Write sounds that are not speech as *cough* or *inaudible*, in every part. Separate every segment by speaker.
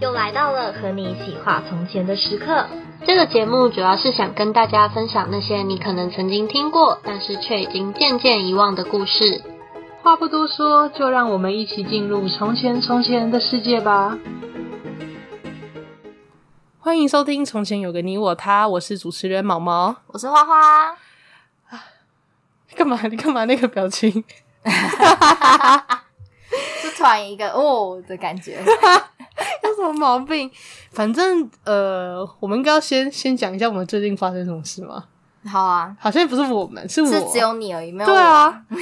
Speaker 1: 又来到了和你一起画从前的时刻。
Speaker 2: 这个节目主要是想跟大家分享那些你可能曾经听过，但是却已经渐渐遗忘的故事。
Speaker 3: 话不多说，就让我们一起进入从前从前的世界吧。欢迎收听《从前有个你我他》，我是主持人毛毛。 *laughs*
Speaker 4: 我是花花，
Speaker 3: 干嘛？ *laughs* 你干嘛那个表
Speaker 4: *laughs*
Speaker 3: 情？
Speaker 4: 就突然一个哦的感觉。
Speaker 3: 有什么毛病？反正呃，我们应该要先先讲一下我们最近发生什么事吗？
Speaker 4: 好啊，
Speaker 3: 好像不是我们，是我，
Speaker 4: 是只有你而已，没有
Speaker 3: 对啊。
Speaker 4: 我，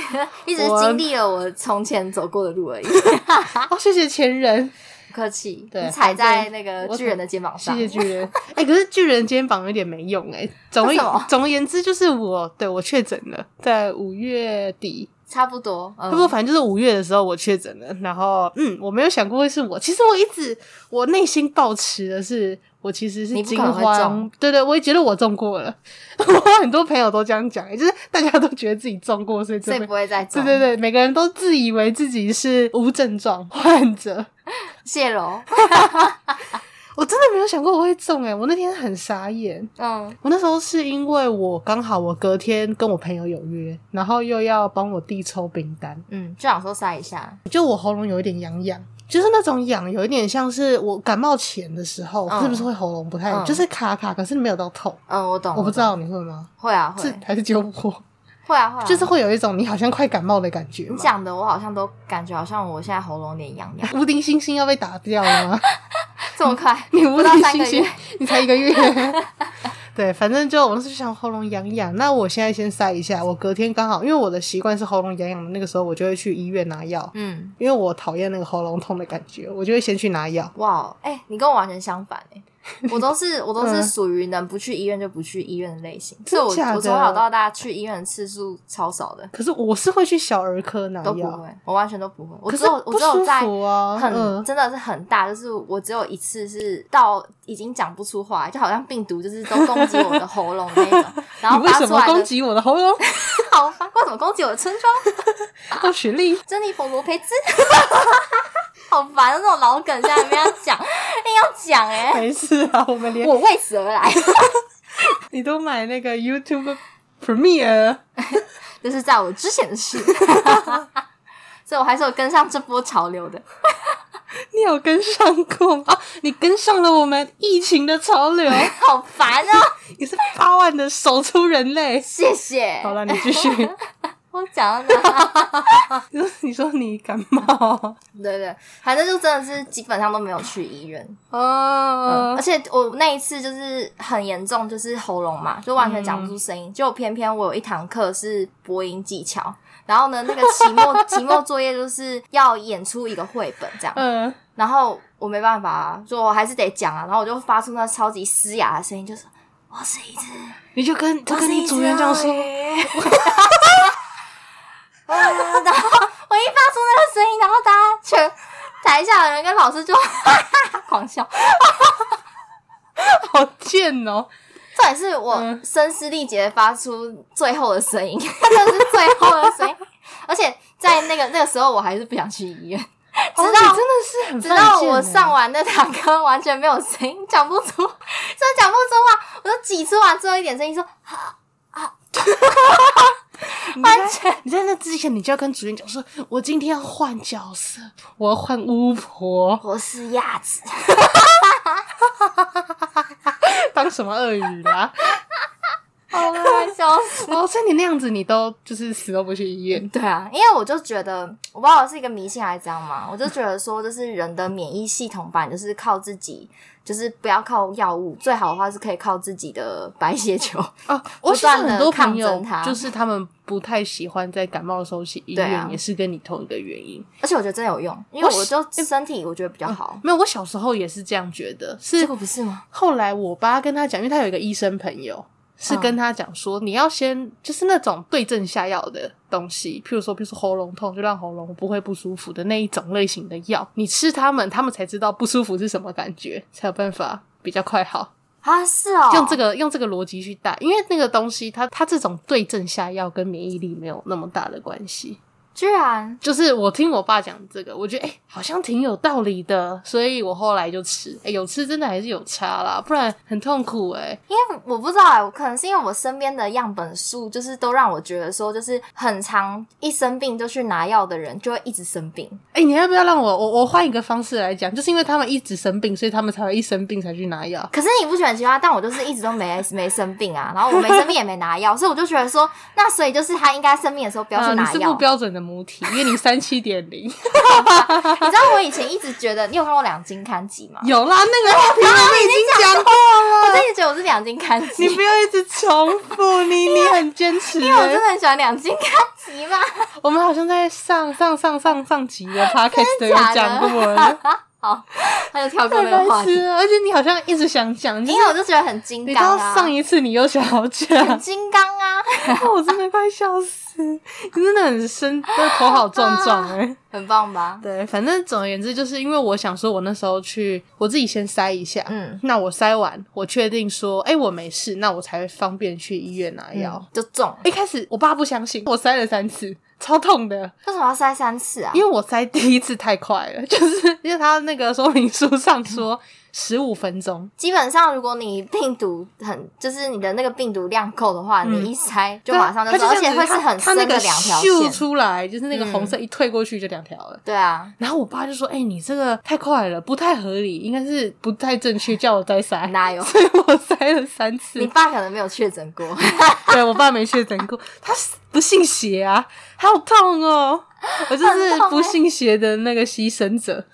Speaker 4: 一直经历了我从前走过的路
Speaker 3: *laughs*
Speaker 4: 而已。啊
Speaker 3: 哦，谢谢前人，
Speaker 4: 不客气，
Speaker 3: 对
Speaker 4: 你踩在
Speaker 3: 反正
Speaker 4: 那个
Speaker 3: 我
Speaker 4: 巨人的肩膀
Speaker 3: 谢
Speaker 4: 上。
Speaker 3: 谢巨人。哎、可是巨人肩膀有点没用哎、总而
Speaker 4: 为什么
Speaker 3: 总而言之，就是我对我确诊了，在五月底，
Speaker 4: 差不多，嗯
Speaker 3: 差不多，反正就是五月的时候我确诊了。然后嗯，我没有想过会是我。其实我一直我内心抱持的是。我其实是
Speaker 4: 你不
Speaker 3: 惊
Speaker 4: 可能会
Speaker 3: 慌
Speaker 4: 中，
Speaker 3: 对对，我也觉得我中过了。 *laughs* 我很多朋友都这样讲，也欸就是大家都觉得自己中过，所以
Speaker 4: 所
Speaker 3: 这
Speaker 4: 以
Speaker 3: 边
Speaker 4: 不会再走。
Speaker 3: 对对对，每个人都自以为自己是无症状患者。
Speaker 4: 谢喽。
Speaker 3: 我真的没有想过我会中哎、我那天很傻眼。
Speaker 4: 嗯，
Speaker 3: 我那时候是因为我刚好我隔天跟我朋友有约，然后又要帮我弟抽饼干，
Speaker 4: 嗯，就想说塞一下，
Speaker 3: 就我喉咙有一点痒痒。就是那种痒，有一点像是我感冒前的时候，
Speaker 4: 嗯
Speaker 3: 是不是会喉咙不太，
Speaker 4: 嗯
Speaker 3: 就是卡卡，可是没有到痛。
Speaker 4: 嗯，我懂，
Speaker 3: 我不
Speaker 4: 懂
Speaker 3: 知，道你会吗？
Speaker 4: 会啊，
Speaker 3: 是
Speaker 4: 会，
Speaker 3: 还是只有我？
Speaker 4: 会啊，会啊，
Speaker 3: 就是会有一种你好像快感冒的感觉
Speaker 4: 你
Speaker 3: 嘛。
Speaker 4: 讲的，我好像都感觉好像我现在喉咙有点
Speaker 3: *laughs*
Speaker 4: 痒痒，
Speaker 3: 无敌星星要被打掉了吗？
Speaker 4: 这么快，
Speaker 3: 你无
Speaker 4: *laughs* 不
Speaker 3: 力
Speaker 4: 到三
Speaker 3: 星
Speaker 4: 个
Speaker 3: 星
Speaker 4: 月，，
Speaker 3: 你才一个月。 *laughs* 对，反正就我那时候就想喉咙痒痒，那我现在先塞一下。我隔天刚好，因为我的习惯是喉咙痒痒的那个时候，我就会去医院拿药，
Speaker 4: 嗯，
Speaker 3: 因为我讨厌那个喉咙痛的感觉，我就会先去拿药。
Speaker 4: 哇，哎、你跟我完全相反
Speaker 3: *laughs*
Speaker 4: 哎、我都是我都是
Speaker 3: 嗯
Speaker 4: 属于能不去医院就不去医院的类型，
Speaker 3: 真
Speaker 4: 所以我
Speaker 3: 假的
Speaker 4: 我从小到大去医院的次数超少的，
Speaker 3: 可是我是会去小儿科拿
Speaker 4: 都不
Speaker 3: 药，
Speaker 4: 会，我完全都不会，我
Speaker 3: 哎可
Speaker 4: 只
Speaker 3: 是
Speaker 4: 有我
Speaker 3: 不
Speaker 4: 只有
Speaker 3: 舒
Speaker 4: 在
Speaker 3: 服啊，
Speaker 4: 很、
Speaker 3: 嗯
Speaker 4: 真的是很大，就是我只有一次是到已经讲不出话，就好像病毒就是都攻击我的喉咙那
Speaker 3: *laughs*
Speaker 4: 一种，然后
Speaker 3: 你为
Speaker 4: 发
Speaker 3: 什
Speaker 4: 出
Speaker 3: 么
Speaker 4: 来
Speaker 3: 攻
Speaker 4: 的，
Speaker 3: 击我的喉咙？
Speaker 4: 好发，为什么攻击我的村庄？
Speaker 3: 我学
Speaker 4: *laughs*
Speaker 3: 历
Speaker 4: 珍妮佛罗培兹，好烦，这种老梗现在没要讲，硬要讲哎、
Speaker 3: 没事啊，我们连
Speaker 4: 我为此而来，
Speaker 3: 你都买那个 YouTube Premiere，
Speaker 4: 这是在我之前的事， *laughs* 所以我还是有跟上这波潮流的。
Speaker 3: 你有跟上过吗？啊你跟上了我们疫情的潮流。
Speaker 4: 哎好烦啊！。
Speaker 3: 你是八万的首出人类
Speaker 4: *laughs* 谢谢。
Speaker 3: 好了，你继
Speaker 4: *laughs*
Speaker 3: 续。
Speaker 4: 我讲到哪？ *laughs*
Speaker 3: 你说你说你感冒，
Speaker 4: 对对，反正就真的是基本上都没有去医院，嗯，
Speaker 3: 哦
Speaker 4: 而，且我那一次就是很严重，就是喉咙嘛，就完全讲不出声音。就偏偏我有一堂课是播音技巧，然后呢，那个期末 *laughs* 期末作业就是要演出一个绘本这样，
Speaker 3: 嗯，
Speaker 4: 然后我没办法、啊，就我还是得讲啊，然后我就发出那超级嘶哑的声音，就是我是一只，
Speaker 3: 你就跟就
Speaker 4: 我
Speaker 3: 跟
Speaker 4: 是一
Speaker 3: 你
Speaker 4: 只
Speaker 3: 组员这样
Speaker 4: *laughs*
Speaker 3: 说，
Speaker 4: 鳄鱼啊然后我一发出那个声音，然后大家全台下的人跟老师就 *laughs* 狂笑。
Speaker 3: 好贱
Speaker 4: *laughs*
Speaker 3: 哦。
Speaker 4: 重点是我
Speaker 3: 嗯
Speaker 4: 声嘶力竭地发出最后的声音， *laughs* 就是最后的声音。而且在那个那个时候，我还是不想去医院，
Speaker 3: 哦你
Speaker 4: 直到、
Speaker 3: 真的是很
Speaker 4: 直
Speaker 3: 犯贱
Speaker 4: 到我
Speaker 3: 欸
Speaker 4: 上完那堂课，完全没有声音，讲不出，真的讲不出话，我就挤出完最后一点声音说，
Speaker 3: 你在你在那之前，你就要跟主任讲说，我今天要换角色，我要换巫婆，
Speaker 4: 我是鸭子，
Speaker 3: *laughs* 当什么鳄鱼啦？
Speaker 4: 好了，笑死。
Speaker 3: *laughs* 哦，所以你那样子，你都就是死都不去医院。
Speaker 4: *laughs* 对啊，因为我就觉得，我不知道我是一个迷信还是怎样嘛，我就觉得说，就是人的免疫系统吧，就是靠自己，就是不要靠药物，最好的话是可以靠自己的白血球。 *laughs*
Speaker 3: 哦，我
Speaker 4: 不
Speaker 3: 其实
Speaker 4: 断地
Speaker 3: 很多朋
Speaker 4: 抗
Speaker 3: 友
Speaker 4: 争它
Speaker 3: 就是他们不太喜欢在感冒的时候去医
Speaker 4: 对
Speaker 3: 院，
Speaker 4: 啊
Speaker 3: 也是跟你同一个原因。
Speaker 4: 而且我觉得真有用，因为
Speaker 3: 我
Speaker 4: 我就身体我觉得比较好。
Speaker 3: 没有，我小时候也是这样觉得，是
Speaker 4: 结果不是吗？
Speaker 3: 后来我爸跟他讲，因为他有一个医生朋友，是跟他讲说，你要先就是那种对症下药的东西，譬如说，譬如说喉咙痛就让喉咙不会不舒服的那一种类型的药，你吃它们，他们才知道不舒服是什么感觉，才有办法比较快好。
Speaker 4: 啊，是哦，
Speaker 3: 用这个用这个逻辑去带，因为那个东西它它这种对症下药跟免疫力没有那么大的关系。
Speaker 4: 居然
Speaker 3: 就是我听我爸讲这个，我觉得哎、诶好像挺有道理的，所以我后来就吃。哎、有吃真的还是有差啦，不然很痛苦哎、
Speaker 4: 因为我不知道、欸，我可能是因为我身边的样本数，就是都让我觉得说，就是很常一生病就去拿药的人，就会一直生病。
Speaker 3: 哎、你要不要让我我我换一个方式来讲？就是因为他们一直生病，所以他们才会一生病才去拿药。
Speaker 4: 可是你不觉得很奇怪？但我就是一直
Speaker 3: *laughs*
Speaker 4: 都没没生病啊，然后我没生病也没拿药，所以我就觉得说，那所以就是他应该生病的时候不要去
Speaker 3: 啊，你
Speaker 4: 拿
Speaker 3: 是
Speaker 4: 药。
Speaker 3: 不标准的母体，因为你三七点
Speaker 4: *laughs*
Speaker 3: 零
Speaker 4: 你知道我以前一直觉得，你有看过《两金刊集》
Speaker 3: *laughs*
Speaker 4: 吗？
Speaker 3: 有啦，那
Speaker 4: 哦
Speaker 3: 个评论已经讲过
Speaker 4: 我
Speaker 3: 了，
Speaker 4: 真的觉得我是《两金刊集
Speaker 3: 你》，不要一直重复，
Speaker 4: *laughs*
Speaker 3: 你你很坚持欸。
Speaker 4: 因为我真的很喜欢《两金刊集》嘛。
Speaker 3: 我们好像在上上上上上集的 podcast 都有
Speaker 4: 假的
Speaker 3: 哎讲过了，
Speaker 4: *laughs* 好，那就跳过
Speaker 3: 太
Speaker 4: 那个话
Speaker 3: 白痴
Speaker 4: 题，
Speaker 3: 了。而且你好像一直想讲，就
Speaker 4: 因
Speaker 3: 是
Speaker 4: 为我就觉得很金
Speaker 3: 你
Speaker 4: 刚
Speaker 3: 到
Speaker 4: 啊，
Speaker 3: 上一次你又想要讲，
Speaker 4: 金刚啊，
Speaker 3: *laughs* 我真的快笑死，你真的很深，真的头好壮
Speaker 4: *laughs*
Speaker 3: 壮哎、
Speaker 4: 很棒吧？
Speaker 3: 对，反正总而言之，就是因为我想说，我那时候去我自己先筛一下，
Speaker 4: 嗯
Speaker 3: 那我筛完，我确定说，哎、我没事，那我才会方便去医院拿药。
Speaker 4: 嗯就中了。
Speaker 3: 一开始我爸不相信，我筛了三次，超痛的，
Speaker 4: 为什么要塞三次啊？
Speaker 3: 因为我塞第一次太快了，就是 *laughs* 因为他那个说明书上说十五分钟，
Speaker 4: 基本上，如果你病毒很，就是你的那个病毒量够的话，
Speaker 3: 嗯
Speaker 4: 你一塞就马上就
Speaker 3: 对
Speaker 4: 中，
Speaker 3: 啊他
Speaker 4: 而
Speaker 3: 这
Speaker 4: 且
Speaker 3: 样子
Speaker 4: 会是很
Speaker 3: 他
Speaker 4: 深
Speaker 3: 他那
Speaker 4: 的
Speaker 3: 个
Speaker 4: 两条
Speaker 3: 咻
Speaker 4: 线。嗯
Speaker 3: 出来，就是那个红色一退过去就两条了。
Speaker 4: 对
Speaker 3: *laughs*
Speaker 4: 啊，
Speaker 3: 然后我爸就说：“哎、你这个太快了，不太合理，应该是不太正确，叫我再
Speaker 4: *laughs*
Speaker 3: 塞。”
Speaker 4: 哪有
Speaker 3: *laughs* 所以我塞了三次
Speaker 4: 你。爸可能没有确诊过， *laughs*
Speaker 3: 对我爸没确诊过，他不信邪啊，好痛哦！我就
Speaker 4: 很
Speaker 3: 是
Speaker 4: 痛欸
Speaker 3: 不信邪的那个牺牲者，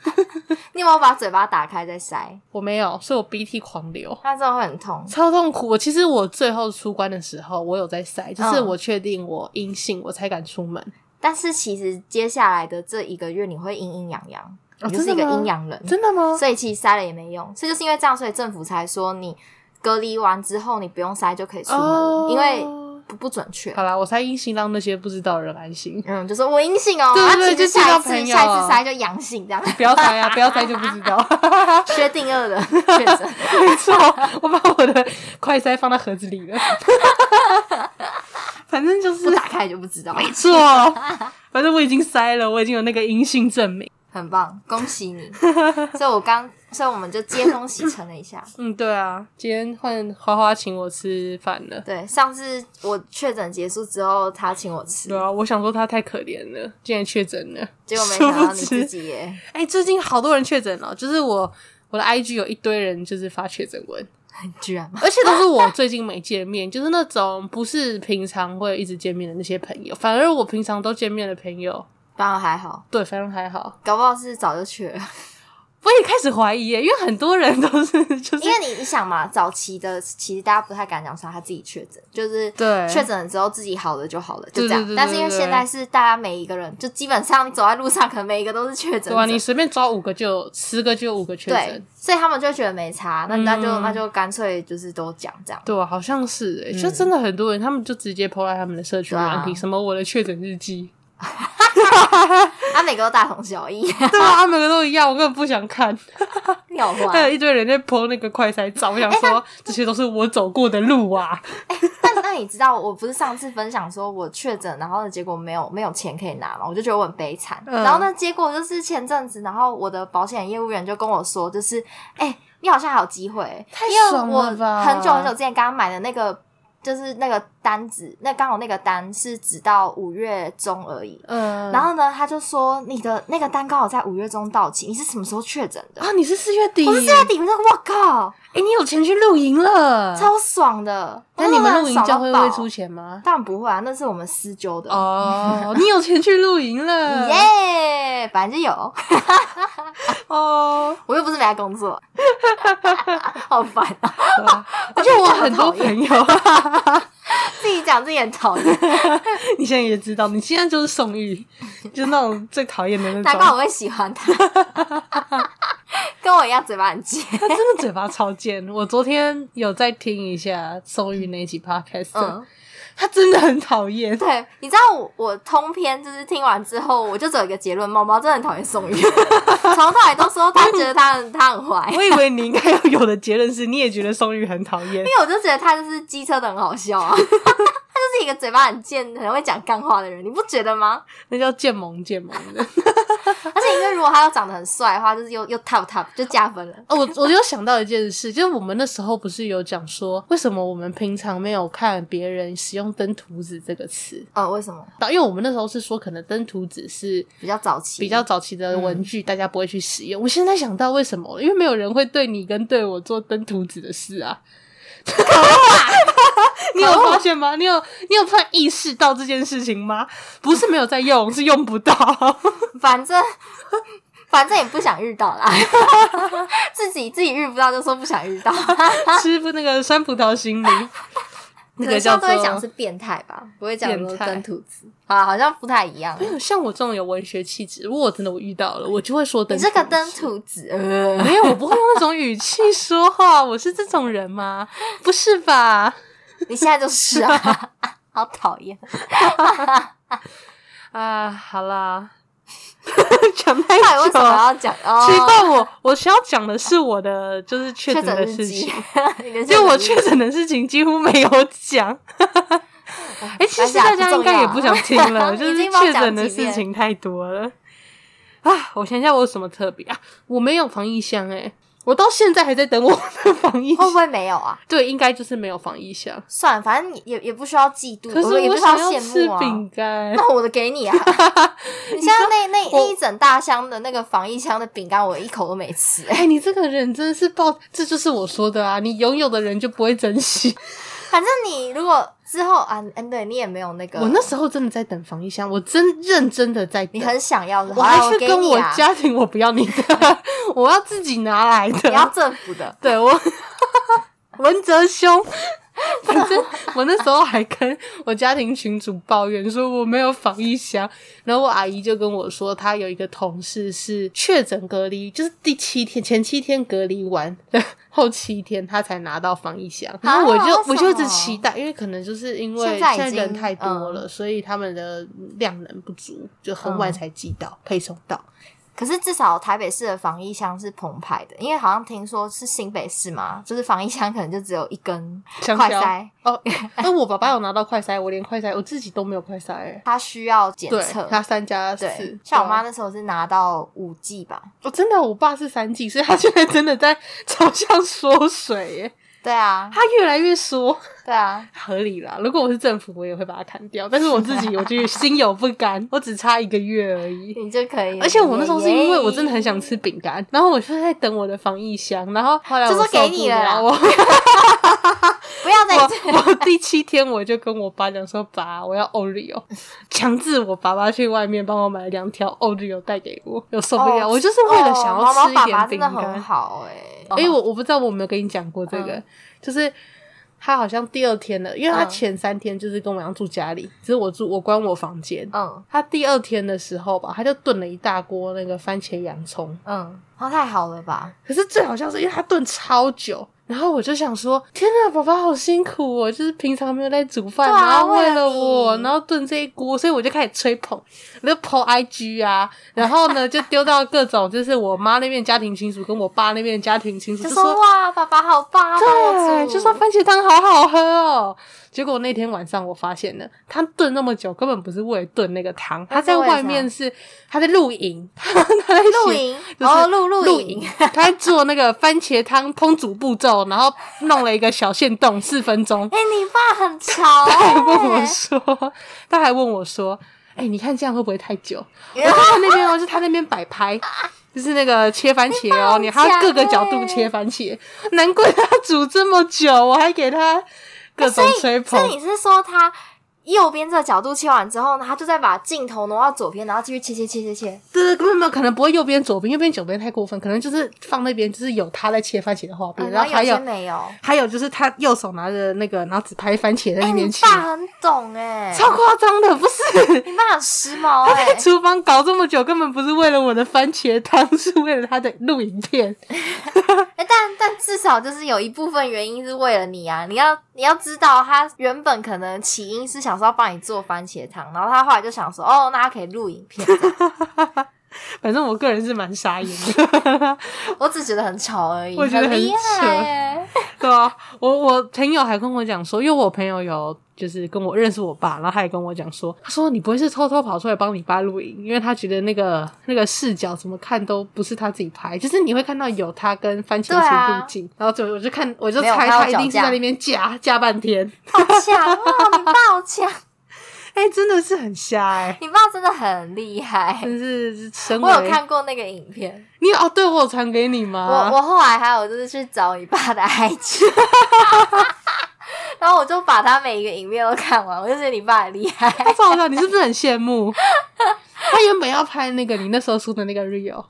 Speaker 4: 你有没有把嘴巴打开再塞？
Speaker 3: 我没有，所以我鼻涕狂流。
Speaker 4: 那真的会很痛。
Speaker 3: 超痛苦！我其实我最后出关的时候，我有在塞，就是
Speaker 4: 嗯
Speaker 3: 我确定我阴性，我才敢出门。
Speaker 4: 但是其实接下来的这一个月，你会阴阴阳阳，
Speaker 3: 哦
Speaker 4: 你就是一个
Speaker 3: 真的吗
Speaker 4: 阴阳人，
Speaker 3: 真的吗？
Speaker 4: 所以其实塞了也没用。这就是因为这样，所以政府才说你隔离完之后，你不用塞就可以出门了，
Speaker 3: 哦
Speaker 4: 因为不不准确。。
Speaker 3: 好啦，我塞阴性，让那些不知道的人安心 *laughs*
Speaker 4: 嗯，就说我阴性哦，
Speaker 3: 对对
Speaker 4: 啊
Speaker 3: 对
Speaker 4: 其实
Speaker 3: 就
Speaker 4: 下
Speaker 3: 交
Speaker 4: 一次
Speaker 3: 朋友
Speaker 4: 下一次筛就阳
Speaker 3: *laughs*
Speaker 4: 性这样，
Speaker 3: 不要塞啊！不要塞就不知道。 *laughs*
Speaker 4: 薛定谔的确诊。
Speaker 3: 没错，我把我的快塞放到盒子里
Speaker 4: *laughs*
Speaker 3: 了。反正就是
Speaker 4: 不打开就不知道。
Speaker 3: 没错，反正我已经塞了，我已经有那个阴性证明。
Speaker 4: 很棒，恭
Speaker 3: *laughs*
Speaker 4: 喜你！所以我刚，所以我们就接风洗尘了一下。
Speaker 3: 嗯，对啊，今天换花花请我吃饭了。
Speaker 4: 对，上次我确诊结束之后，他请我吃
Speaker 3: 对，啊，我想说他太可怜了，竟然确诊了。
Speaker 4: 结果没想到
Speaker 3: 殊不
Speaker 4: 你自
Speaker 3: 知
Speaker 4: 己耶，
Speaker 3: 哎、最近好多人确诊了，就是我我的 IG 有一堆人就是发确诊文，
Speaker 4: 居然吗？
Speaker 3: 而且都是我最近没见 *laughs* 面，就是那种不是平常会一直见面的那些朋友，反而我平常都见面的朋友，
Speaker 4: 当然还好，
Speaker 3: 对，反正还好。
Speaker 4: 搞不好是早就去了。
Speaker 3: 我也开始怀疑耶，因为很多人都是就是
Speaker 4: 因为你你想嘛，早期的其实大家不太敢讲说他自己确诊，就是
Speaker 3: 对
Speaker 4: 确诊了之后自己好了就好了，就
Speaker 3: 对
Speaker 4: 这样。
Speaker 3: 对对对
Speaker 4: 但是因为
Speaker 3: 对
Speaker 4: 现在是大家每一个人，就基本上你走在路上，可能每一个都是确诊
Speaker 3: 对吧、啊
Speaker 4: 者。
Speaker 3: 你随便抓五个就有十个就有五个确
Speaker 4: 对
Speaker 3: 诊，，
Speaker 4: 所以他们就觉得没差，那那就
Speaker 3: 嗯
Speaker 4: 那就干脆就是都讲这样。
Speaker 3: 对啊，好像是哎，
Speaker 4: 嗯
Speaker 3: 就真的很多人，他们就直接 PO 在他们的社群
Speaker 4: 对啊
Speaker 3: 软体，什么我的确诊日记， *laughs*
Speaker 4: 啊，每个都大同小异， *laughs*
Speaker 3: 对啊，他们都一样，我根本不想看。
Speaker 4: 你好
Speaker 3: 还有
Speaker 4: 坏。啊
Speaker 3: 一堆人在 PO 那个快筛照，我想说、这些都是我走过的路啊。
Speaker 4: *laughs* 但那你知道，我不是上次分享说我确诊，然后结果没有没有钱可以拿嘛，我就觉得我很悲惨。
Speaker 3: 嗯
Speaker 4: 然后呢，结果就是前阵子，然后我的保险业务员就跟我说，就是哎、你好像还有机会、欸
Speaker 3: 太
Speaker 4: 因为
Speaker 3: 爽
Speaker 4: 我
Speaker 3: 了吧
Speaker 4: 很久很久之前刚刚买的那个。就是那个单子，那刚好那个单是只到五月中而已。
Speaker 3: 嗯
Speaker 4: 然后呢，他就说你的那个单刚好在五月中到期，你是什么时候确诊的？
Speaker 3: 啊，你是四月底，
Speaker 4: 我是四月底，我就我靠，
Speaker 3: 哎、你有钱去露营了？
Speaker 4: 超爽的！
Speaker 3: 那你们露
Speaker 4: 露
Speaker 3: 营教会会出
Speaker 4: 去？
Speaker 3: 钱吗？
Speaker 4: 当然不会啊，那是我们私揪的。
Speaker 3: *laughs* 哦，你有钱去露营了，
Speaker 4: 耶，反正有， *laughs*
Speaker 3: 哦！
Speaker 4: 我又不是没来工作， *laughs* 好烦啊！
Speaker 3: 对 *laughs* 啊而且我很多朋友， *laughs*
Speaker 4: 自己讲自己很讨厌，
Speaker 3: 你现在也知道，你现在就是宋玉，就是那种最讨厌的那
Speaker 4: 难怪我
Speaker 3: 种。
Speaker 4: 会喜欢他， *laughs* 跟我一样嘴巴
Speaker 3: *laughs*
Speaker 4: 很贱。
Speaker 3: 他真的嘴巴超贱。我昨天有在听一下宋玉那一集 podcast，、
Speaker 4: 嗯，
Speaker 3: 他真的很讨厌。 *laughs*
Speaker 4: 对，你知道我我通篇就是听完之后，我就只有一个结论：毛毛真的很讨
Speaker 3: *laughs*
Speaker 4: 厌宋雨，从头来都说他觉得他很他很坏，
Speaker 3: 我以为你应该要 *laughs* 有的结论是，你也觉得宋玉很讨厌
Speaker 4: *laughs* 因。为我就觉得他就是机车的很好笑啊，他就是就是一个嘴巴很贱、很会讲干话的人，你不觉得吗？
Speaker 3: 那叫贱萌贱萌的。
Speaker 4: *laughs* 而且因为如果他要长得很帅的话，就是又又 top top 就
Speaker 3: *laughs*
Speaker 4: 加分了。
Speaker 3: *laughs* 哦，我我有想到一件事，就是我们那时候不是有讲说，为什么我们平常没有看别人使用“登徒子”这个词？
Speaker 4: 呃，为什么
Speaker 3: 因哦为我们那时候是说，可能登徒子是
Speaker 4: 比较 *laughs* 早期？
Speaker 3: 比较早期的
Speaker 4: 嗯
Speaker 3: 文具，大家不会去使用。我现在想到为什么了，因为没有人会对你跟对我做登徒子的事
Speaker 4: *laughs*
Speaker 3: 啊。你有发现吗？你有你有突然意识到这件事情吗？不是没有在用，是用
Speaker 4: *laughs*
Speaker 3: 不到。
Speaker 4: 反正反正也不想遇到啦， *laughs* 自己自己遇不到就说不想遇到，
Speaker 3: 师傅那个酸葡萄心
Speaker 4: *laughs*
Speaker 3: 理， *laughs* 那个叫
Speaker 4: 可
Speaker 3: 做
Speaker 4: 能都会讲是变态吧，不会讲说
Speaker 3: 变态
Speaker 4: 登徒子啊，好像不太一
Speaker 3: *laughs*
Speaker 4: 样。
Speaker 3: 没有像我这种有文学气质，如果我真的我遇到了，我就会说登
Speaker 4: 你
Speaker 3: 徒
Speaker 4: 这
Speaker 3: 子
Speaker 4: 个登徒子，呃，
Speaker 3: 没有，我不会用那种语气说话。我是这种人吗？不是吧？
Speaker 4: 你现在就是
Speaker 3: *laughs*
Speaker 4: 啊，好讨厌。
Speaker 3: 啊，好啦， *laughs* 讲太
Speaker 4: 到底为
Speaker 3: 久
Speaker 4: 什么
Speaker 3: 了。*laughs*
Speaker 4: 要讲？哦
Speaker 3: 奇怪，我我想要讲的是我的就是确
Speaker 4: 确
Speaker 3: 诊
Speaker 4: 诊
Speaker 3: 的
Speaker 4: 日
Speaker 3: 事
Speaker 4: 记
Speaker 3: 情，
Speaker 4: 哦 *laughs* 你的
Speaker 3: 就我
Speaker 4: 确
Speaker 3: 确
Speaker 4: 诊日记，
Speaker 3: 诊的事情几乎没有讲。 *laughs* 哎、其实
Speaker 4: 哎呀
Speaker 3: 大家应该也不想听了，
Speaker 4: 不
Speaker 3: 就哎是
Speaker 4: 重要已经帮我
Speaker 3: 确
Speaker 4: 讲
Speaker 3: 诊的
Speaker 4: 几遍
Speaker 3: 事情太多了。啊，我想一下我有什么特别啊？我没有防疫箱哎、我到现在还在等我的防疫
Speaker 4: 会不
Speaker 3: 箱。
Speaker 4: 会没有啊？
Speaker 3: 对，应该就是没有防疫箱。
Speaker 4: 算了，反正你也也不需要嫉妒，
Speaker 3: 可是
Speaker 4: 我也不需
Speaker 3: 想要
Speaker 4: 羡
Speaker 3: 吃
Speaker 4: 慕啊。
Speaker 3: 饼干，
Speaker 4: *laughs* 那我的给你啊！你现在那那
Speaker 3: 我
Speaker 4: 那一整大箱的那个防疫箱的饼干，我一口都没吃、哎
Speaker 3: 哎、你这个人真的是爆，这就是我说的啊！你拥有的人就不会珍惜。
Speaker 4: *laughs* 反正你如果之后啊，嗯，对你也没有那个，
Speaker 3: 我那时候真的在等防疫箱，我真认真的在等。
Speaker 4: 你很想要的，
Speaker 3: 我
Speaker 4: 好啦
Speaker 3: 还去
Speaker 4: 给
Speaker 3: 跟
Speaker 4: 你
Speaker 3: 我
Speaker 4: 啊
Speaker 3: 家庭，我不要你的， *laughs* 我要自己拿来
Speaker 4: 你要
Speaker 3: 的。
Speaker 4: 政府
Speaker 3: *laughs*
Speaker 4: 的，
Speaker 3: 对我，文哲兄，反正我那时候还跟我家庭群主抱怨说我没有防疫箱，然后我阿姨就跟我说，她有一个同事是确诊隔离，就是第七天前七天隔离完的后七天，她才拿到防疫箱。然后我就、
Speaker 4: 啊为什么
Speaker 3: 我就一直期待，因为可能就是因为
Speaker 4: 现
Speaker 3: 现
Speaker 4: 在已
Speaker 3: 在人
Speaker 4: 经
Speaker 3: 太多了，所以他们的量能不足，就很晚
Speaker 4: 嗯
Speaker 3: 才寄到、配送到。
Speaker 4: 可是至少台北市的防疫箱是澎湃的，因为好像听说是新北市嘛，就是防疫箱可能就只有一根
Speaker 3: 香
Speaker 4: 快
Speaker 3: 蕉
Speaker 4: 筛，
Speaker 3: 哦， *laughs* 那我爸爸有拿到快筛，我连快筛我自己都没有快筛、欸。
Speaker 4: 它需要检
Speaker 3: 对
Speaker 4: 测，。
Speaker 3: 他三加四
Speaker 4: 对，，像我妈
Speaker 3: 对啊，
Speaker 4: 那时候是拿到五 G 吧，
Speaker 3: 我、真的，我爸是三 G，所以他现在真的在 *laughs* 朝向缩水耶，
Speaker 4: 对啊，
Speaker 3: 他越来越缩，
Speaker 4: 对啊，
Speaker 3: 合理啦。如果我是政府，我也会把它砍掉，但是我自己我
Speaker 4: *laughs*
Speaker 3: 就心有不甘，我只差一个月而已。
Speaker 4: 你就可以。
Speaker 3: 而且我那时候是因为我真的很想
Speaker 4: 耶
Speaker 3: 吃饼干，然后我就在等我的防疫箱，然后后来我
Speaker 4: 就说
Speaker 3: 受
Speaker 4: 给
Speaker 3: 不
Speaker 4: 你了啦
Speaker 3: 我
Speaker 4: 不要再 *laughs* 吃
Speaker 3: *laughs* 我我第七天我就跟我爸讲说，爸，我要 Oreo，强 *laughs* 制我爸爸去外面帮我买了两条 Oreo 带给我，有受不了，
Speaker 4: 哦
Speaker 3: 我就是为了想要
Speaker 4: 哦毛
Speaker 3: 吃
Speaker 4: 毛
Speaker 3: 一
Speaker 4: 爸爸
Speaker 3: 点
Speaker 4: 真
Speaker 3: 饼
Speaker 4: 的
Speaker 3: 干。
Speaker 4: 很好哎、欸，
Speaker 3: 因为我我不知道我有没有跟你讲过这个，
Speaker 4: 嗯
Speaker 3: 就是他好像第二天了，因为他前三天就是跟我一样住家里，只是我住我关我房间。
Speaker 4: 嗯
Speaker 3: 他第二天的时候吧，他就炖了一大锅那个番茄洋葱，
Speaker 4: 嗯，他太好了吧？
Speaker 3: 可是最好笑是因为他炖超久，然后我就想说，天呐，爸爸好辛苦哦，就是平常没有在煮饭，
Speaker 4: 对啊
Speaker 3: 然后
Speaker 4: 为了
Speaker 3: 了我，
Speaker 4: 你
Speaker 3: 然后炖这一锅，所以我就开始吹捧，我就 po IG 啊，然后呢就丢到各种就是我妈那边家庭亲属跟我爸那边家庭亲属，
Speaker 4: 就
Speaker 3: 就
Speaker 4: 说
Speaker 3: 说。
Speaker 4: 哇，爸爸好棒啊，帮我
Speaker 3: 对，
Speaker 4: 煮
Speaker 3: 就说番茄汤好好喝哦。结果那天晚上我发现了，他炖那么久根本不是为了炖那个汤，他在
Speaker 4: 那是为了
Speaker 3: 外面是他在露营， *laughs* 他在
Speaker 4: 露
Speaker 3: 写
Speaker 4: 营，
Speaker 3: 就
Speaker 4: 然
Speaker 3: 是
Speaker 4: 后露露
Speaker 3: 露
Speaker 4: 营
Speaker 3: 营，，他还做那个番茄汤烹煮步骤，然后弄了一个小线洞，四分钟。
Speaker 4: 哎、你
Speaker 3: *laughs*
Speaker 4: 爸很潮、
Speaker 3: 他还问我
Speaker 4: 欸，
Speaker 3: 说，他还问我说，哎、你看这样会不会太久？我说他那边哦，是他那边摆拍，就是那个切番茄哦，你还要各个角度切番茄，难怪他煮这么久，我还给他各种吹
Speaker 4: 所以
Speaker 3: 捧。
Speaker 4: 你是说他右边这个角度切完之后呢，他就再把镜头挪到左边，然后继续切切切切切，
Speaker 3: 对对，根本没有可能不会右边左边，右边左边太过分，可能就是放那边就是有他在切番茄的画面，
Speaker 4: 嗯
Speaker 3: 然
Speaker 4: 然
Speaker 3: 后
Speaker 4: 后有
Speaker 3: 还有哎
Speaker 4: 些没有。
Speaker 3: 还有就是他右手拿着那个，然后只拍番茄在
Speaker 4: 哎、
Speaker 3: 那边
Speaker 4: 你
Speaker 3: 切，
Speaker 4: 爸很懂哎、
Speaker 3: 超夸张的，不
Speaker 4: *laughs*
Speaker 3: 是？
Speaker 4: 你爸很时髦
Speaker 3: 他
Speaker 4: 哎、
Speaker 3: 在厨房搞这么久，根本不是为了我的番茄汤， *laughs* 是为了他的录影片。
Speaker 4: 哎、但但至少就是有一部分原因是为了你啊！你要你要知道，他原本可能起因是想说要帮你做番茄汤，然后他后来就想说，哦，那他可以录影片。
Speaker 3: 反正我个人是蛮傻眼的，
Speaker 4: *laughs* 我只觉得很吵而已，
Speaker 3: 我觉得很
Speaker 4: 厉
Speaker 3: 扯
Speaker 4: 害耶、
Speaker 3: *laughs* 对啊，我我朋友还跟我讲说，因为我朋友有就是跟我认识我爸，然后他也跟我讲说，他说你不会是偷偷跑出来帮你爸录影，因为他觉得那个那个视角怎么看都不是他自己拍，就是你会看到有他跟番茄
Speaker 4: 对啊
Speaker 3: 树路径，然后就我就看我就
Speaker 4: 没有
Speaker 3: 猜
Speaker 4: 他要
Speaker 3: 他一定是
Speaker 4: 脚架
Speaker 3: 在那边架架半天， *laughs*
Speaker 4: 好强哦，你爸好强，
Speaker 3: 哎、真的是很瞎哎、
Speaker 4: 你爸真的很厉害。
Speaker 3: 真欸是身为
Speaker 4: 我有看过那个影片，
Speaker 3: 你哦，对我有传给你吗？
Speaker 4: 我我后来还有就是去找你爸的 IG，然后我就把他每一个影片都看完，我就觉得你爸很厉害。
Speaker 3: 他照相，你是不是很羡慕？ *laughs* 他原本要拍那个你那时候出的那个 real，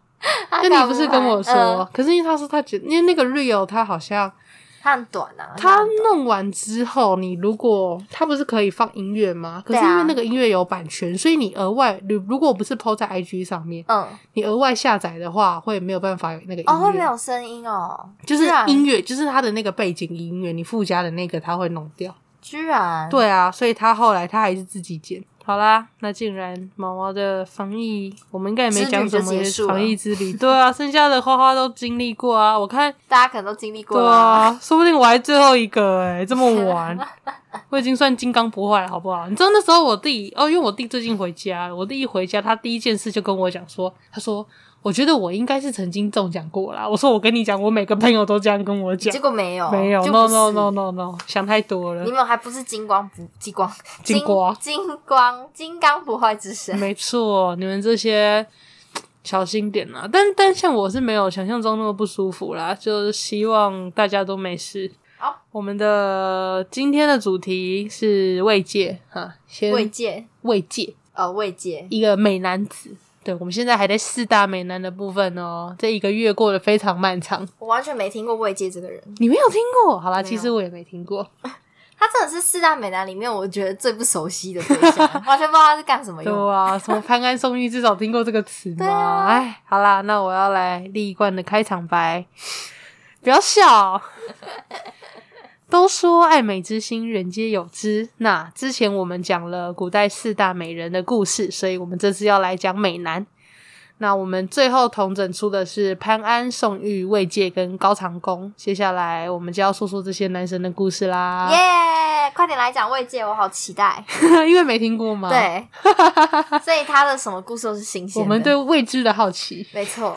Speaker 3: 就你不是跟我说，
Speaker 4: 嗯
Speaker 3: 可是因为他说他觉得，因为那个 real 他好像
Speaker 4: 他很短啊，
Speaker 3: 他
Speaker 4: 很短
Speaker 3: 弄完之后，你如果他不是可以放音乐吗？可
Speaker 4: 对啊
Speaker 3: 是因为那个音乐有版权，所以你额外如如果不是 PO 在 IG 上面，
Speaker 4: 嗯，
Speaker 3: 你额外下载的话会没有办法有那个音乐，
Speaker 4: 哦，会没有声音哦，
Speaker 3: 就是
Speaker 4: 居然
Speaker 3: 音乐就是他的那个背景音乐，你附加的那个他会弄掉。
Speaker 4: 居然，
Speaker 3: 对啊，所以他后来他还是自己剪。好啦，那竟然毛毛的防疫，我们应该也没讲什么
Speaker 4: 之旅就结束了
Speaker 3: 防疫之旅。对啊，剩下的花花都经历过啊。我看，
Speaker 4: 大家可能都经历过
Speaker 3: 对
Speaker 4: 了。
Speaker 3: 啊，说不定我还最后一个哎、这么晚， *laughs* 我已经算金刚不坏了，好不好？你知道那时候我弟哦，因为我弟最近回家，我弟一回家，他第一件事就跟我讲说，他说我觉得我应该是曾经中奖过啦。我说我跟你讲，我每个朋友都这样跟我讲
Speaker 4: 结，果没有，
Speaker 3: 啊没有
Speaker 4: 就
Speaker 3: ，no
Speaker 4: 不是
Speaker 3: no no no no，想太多了
Speaker 4: 你。们还不是金光不金光
Speaker 3: 金光
Speaker 4: 金金光金刚不坏之身，
Speaker 3: 没错，你们这些小心点啦。但但像我是没有想象中那么不舒服啦，就是希望大家都没事。
Speaker 4: 好，
Speaker 3: 我们的今天的主题是慰藉哈，先
Speaker 4: 慰藉
Speaker 3: 慰藉
Speaker 4: 呃慰藉，
Speaker 3: 一个美男子。对，我们现在还在四大美男的部分哦，这一个月过得非常漫长。
Speaker 4: 我完全没听过慰藉这个人，
Speaker 3: 你没有听过？好啦，
Speaker 4: 有
Speaker 3: 其实我也没听过。
Speaker 4: 他真的是四大美男里面我觉得最不熟悉的对象，
Speaker 3: *laughs*
Speaker 4: 完全不知道他是干什么
Speaker 3: 对
Speaker 4: 用。
Speaker 3: 啊，什么潘安宋玉，至少听过这个词
Speaker 4: 哎对
Speaker 3: 嘛。
Speaker 4: 啊
Speaker 3: 哎、好啦，那我要来立一贯的开场白， *laughs* 不要笑。 *laughs* 都说爱美之心，人皆有之。那之前我们讲了古代四大美人的故事，所以我们这次要来讲美男。那我们最后统整出的是潘安、宋玉、卫玠跟高长恭。接下来我们就要说说这些男神的故事啦
Speaker 4: 耶、快点来讲慰藉，我好期待。
Speaker 3: *laughs* 因为没听过嘛。， *laughs*
Speaker 4: 对，所以他的什么故事都是新
Speaker 3: 啊
Speaker 4: 鲜的。
Speaker 3: 我们对未知的好奇。
Speaker 4: 没错，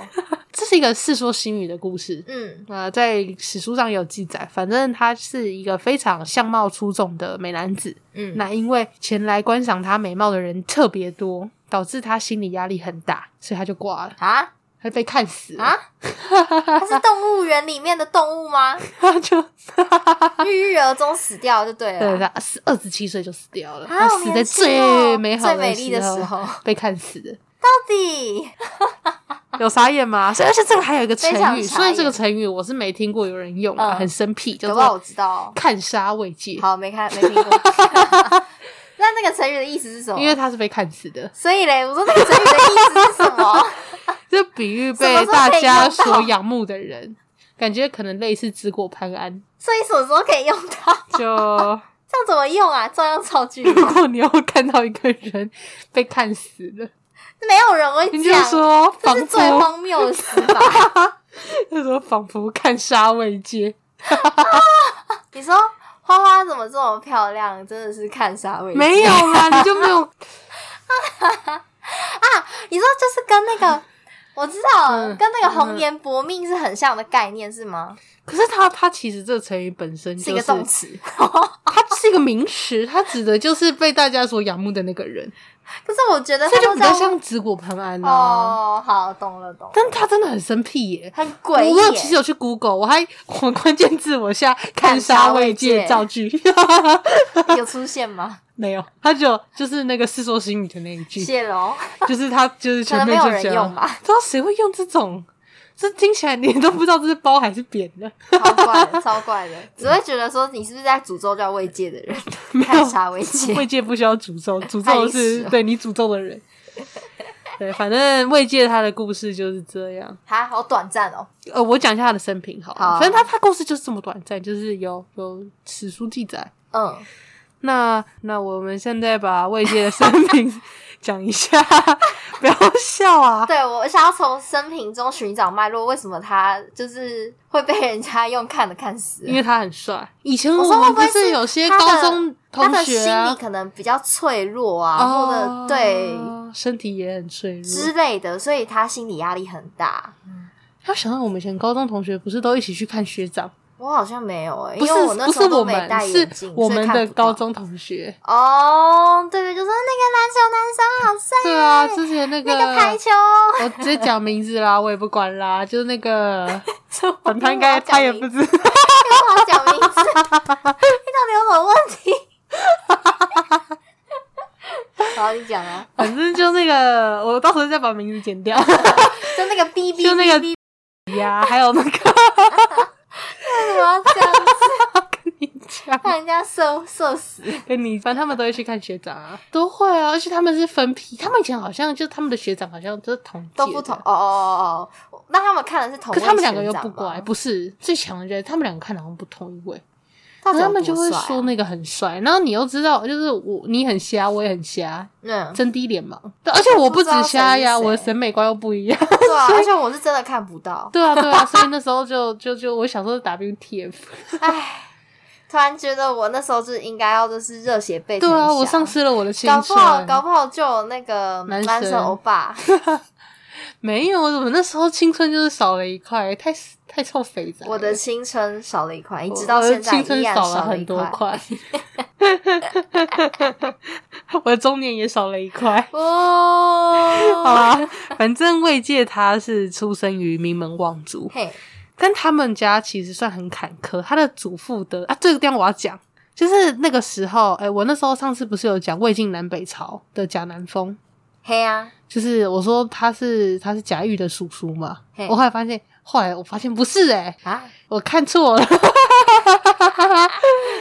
Speaker 3: 这是一个《世说新语》的故事。
Speaker 4: 嗯，
Speaker 3: 呃，在史书上有记载，反正他是一个非常相貌出众的美男子。
Speaker 4: 嗯
Speaker 3: 那因为前来观赏他美貌的人特别多，导致他心理压力很大，所以他就挂了，
Speaker 4: 啊
Speaker 3: 他就被看死了。
Speaker 4: 啊，他是动物园里面的动物吗？
Speaker 3: 他 *laughs* 就
Speaker 4: 郁郁而终死掉就啊对
Speaker 3: 啊对
Speaker 4: 了。
Speaker 3: 他是二十七岁就死掉了，
Speaker 4: 啊，
Speaker 3: 他
Speaker 4: 好
Speaker 3: 死在
Speaker 4: 年轻哦
Speaker 3: 最美好
Speaker 4: 最美丽的时
Speaker 3: *laughs*
Speaker 4: 候，到
Speaker 3: 被看死的。
Speaker 4: 底
Speaker 3: 有傻眼吗？所以而且这个还有一个成
Speaker 4: 啊非常
Speaker 3: 语，
Speaker 4: 傻
Speaker 3: 虽然这个
Speaker 4: 眼
Speaker 3: 成语我是没听过有人用、啊，
Speaker 4: 嗯
Speaker 3: 很生僻，叫
Speaker 4: 搞不好我
Speaker 3: 做
Speaker 4: 知道。
Speaker 3: 看杀未界，
Speaker 4: 好，没看没听过。
Speaker 3: *laughs*
Speaker 4: 那那个成语的意思是什么？
Speaker 3: 因为他是被看死的。
Speaker 4: 所以嘞，我说那个成语的意思是什么？ *laughs*
Speaker 3: 这比喻被大家所仰慕的人，感觉可能类似知过潘安。
Speaker 4: 所以什么时候可以用到？
Speaker 3: 就 *laughs* 如
Speaker 4: 这样怎么用啊？照样造句，
Speaker 3: 果你要看到一个人被看死了，
Speaker 4: 没有人会
Speaker 3: 你就
Speaker 4: 讲。
Speaker 3: 说
Speaker 4: 这
Speaker 3: 仿
Speaker 4: 是
Speaker 3: 佛
Speaker 4: 最荒谬的死法。
Speaker 3: 就说仿佛看杀未接，
Speaker 4: *laughs* 你说花花怎么这么漂亮？真的是看啥位置？
Speaker 3: 没有啦，你就没有
Speaker 4: 你说就是跟那个，我知道，
Speaker 3: 嗯
Speaker 4: 跟那个红颜薄命是很像的概念是吗？
Speaker 3: 可是他，他其实这个成语本身就是
Speaker 4: 一个动词。
Speaker 3: 它是一个名词，它指的就是被大家所仰慕的那个人，
Speaker 4: 可是我觉得
Speaker 3: 这
Speaker 4: 他
Speaker 3: 就
Speaker 4: 都
Speaker 3: 比较
Speaker 4: 在
Speaker 3: 像知过潘安啊。
Speaker 4: 哦，好，懂了懂了，
Speaker 3: 但他真的很生僻耶、
Speaker 4: 很
Speaker 3: 我
Speaker 4: 诡
Speaker 3: 有
Speaker 4: 异
Speaker 3: 其实
Speaker 4: 耶。
Speaker 3: 有去 Google，我还我关键字我
Speaker 4: *laughs*
Speaker 3: 下看杀
Speaker 4: 杀
Speaker 3: 未
Speaker 4: 未
Speaker 3: 界
Speaker 4: 界
Speaker 3: 造句， *laughs*
Speaker 4: 有出现吗？
Speaker 3: 没有，他就就是那个《世说新语》的那一句，
Speaker 4: 谢龙，
Speaker 3: 就是他就是
Speaker 4: 可
Speaker 3: 前
Speaker 4: 能没
Speaker 3: 面
Speaker 4: 有
Speaker 3: 就
Speaker 4: 人
Speaker 3: 讲，
Speaker 4: 用吧
Speaker 3: 不知道谁会用这种，这听起来你都不知道这是包还是扁的，
Speaker 4: 超怪的，超怪的，只会觉得说你是不是在诅咒叫慰藉的人？
Speaker 3: *laughs* 没
Speaker 4: 看杀未
Speaker 3: 有
Speaker 4: 界
Speaker 3: *laughs* 慰藉不需要诅咒，诅咒的
Speaker 4: 爱已
Speaker 3: 是
Speaker 4: 死
Speaker 3: 对你诅咒的人。对，反正慰藉他的故事就是这样。
Speaker 4: 哈，好短暂哦。
Speaker 3: 呃，我讲一下他的生平好了，
Speaker 4: 好啊
Speaker 3: 反正他他故事就是这么短暂，就是有有史书记载，
Speaker 4: 嗯，
Speaker 3: 那那我们现在把慰藉的生
Speaker 4: *laughs*
Speaker 3: 平讲一下，不要笑啊！
Speaker 4: 对我想要从生平中寻找脉络，为什么他就是会被人家用看的看死？
Speaker 3: 因为他很帅。以前
Speaker 4: 我
Speaker 3: 我
Speaker 4: 说会
Speaker 3: 们
Speaker 4: 不
Speaker 3: 不
Speaker 4: 会
Speaker 3: 是
Speaker 4: 是
Speaker 3: 有些
Speaker 4: 他的
Speaker 3: 高中同
Speaker 4: 他的
Speaker 3: 学
Speaker 4: 心
Speaker 3: 啊
Speaker 4: 理可能比较脆弱啊，或
Speaker 3: 哦
Speaker 4: 者，对
Speaker 3: 身体也很脆弱。
Speaker 4: 之类的，所以他心理压力很大。
Speaker 3: 要想到我们以前高中同学不是都一起去看学长，
Speaker 4: 我好像没有哎、
Speaker 3: 不
Speaker 4: 因
Speaker 3: 是
Speaker 4: 为我那
Speaker 3: 不
Speaker 4: 时
Speaker 3: 是
Speaker 4: 候
Speaker 3: 我
Speaker 4: 都没
Speaker 3: 们
Speaker 4: 戴
Speaker 3: 是
Speaker 4: 眼镜，
Speaker 3: 我
Speaker 4: 所以
Speaker 3: 们
Speaker 4: 看
Speaker 3: 的
Speaker 4: 不到
Speaker 3: 高中同
Speaker 4: *laughs*
Speaker 3: 学。
Speaker 4: 哦，对对，就说那个篮球男生好帅，
Speaker 3: 对啊，之前那个
Speaker 4: 那个排球，
Speaker 3: 我直接讲名字啦，我也不管啦，就是那个 *laughs* 本他应该
Speaker 4: *laughs* 我要讲
Speaker 3: 他也
Speaker 4: 名
Speaker 3: 不知道。 *laughs*
Speaker 4: 我好讲名字， *laughs* 你到底有什么问题？ *laughs* 好，你讲啊，
Speaker 3: 反正就那个，我到时候再把名字剪掉
Speaker 4: 就那个 B B，
Speaker 3: 就那个
Speaker 4: 哔
Speaker 3: 呀，还有那 *laughs* 个
Speaker 4: 为什么要这样子
Speaker 3: 跟你讲，
Speaker 4: 让人家射射死？
Speaker 3: 跟你，反正他们都会去看学长啊，都会啊，而且他们是分批，他们以前好像就他们的学长好像都是同届
Speaker 4: 都
Speaker 3: 的 *laughs*
Speaker 4: 不同哦，哦哦哦，那他们看的是同
Speaker 3: 可是
Speaker 4: 位学长
Speaker 3: 他们
Speaker 4: 吗，
Speaker 3: 两个又不乖，不是最强的就是他们两个看好像不同一位，
Speaker 4: 到底有
Speaker 3: 他们就
Speaker 4: 多
Speaker 3: 会
Speaker 4: 帅啊
Speaker 3: 说那个很帅，然后你又知道就是我你很瞎，我也很瞎，
Speaker 4: 嗯，
Speaker 3: 真低脸盲，
Speaker 4: *laughs*
Speaker 3: 对，而且我不止瞎呀，
Speaker 4: 不知道谁是谁
Speaker 3: 我的审美观又不一样， *laughs*
Speaker 4: 对啊，而且我是真的看不到，
Speaker 3: 对啊对啊，所以那时候就就就我想说 WTF，
Speaker 4: *laughs* 唉，突然觉得我那时候就应该要就是热血沸腾
Speaker 3: 对
Speaker 4: 一下，
Speaker 3: 啊，我丧失了我的青
Speaker 4: 搞不好
Speaker 3: 春，
Speaker 4: 搞不好就有那个
Speaker 3: 男
Speaker 4: 男
Speaker 3: 神
Speaker 4: 神欧巴，
Speaker 3: 没有，我怎么那时候青春就是少了一块，太太臭肥宅了，
Speaker 4: 我的青春少了一块，一
Speaker 3: 我
Speaker 4: 直到
Speaker 3: 我的
Speaker 4: 现在
Speaker 3: 青春
Speaker 4: 依然
Speaker 3: 少
Speaker 4: 少
Speaker 3: 了
Speaker 4: 一
Speaker 3: 很多
Speaker 4: 块。
Speaker 3: 块， *laughs* 我的中年也少了一块。好
Speaker 4: 哦，
Speaker 3: 啊，反正魏界他是出生于名门望族，
Speaker 4: 嘿，
Speaker 3: 但他们家其实算很坎坷。他的祖父的啊，这个地方我要讲，就是那个时候，哎、我那时候上次不是有讲魏晋南北朝的贾南风，
Speaker 4: 嘿啊，
Speaker 3: 就是我说他是他是贾玉的叔叔嘛，
Speaker 4: 嘿
Speaker 3: 我后来发现，后来我发现不是、哎，
Speaker 4: 啊，
Speaker 3: 我看错
Speaker 4: *laughs*
Speaker 3: 了，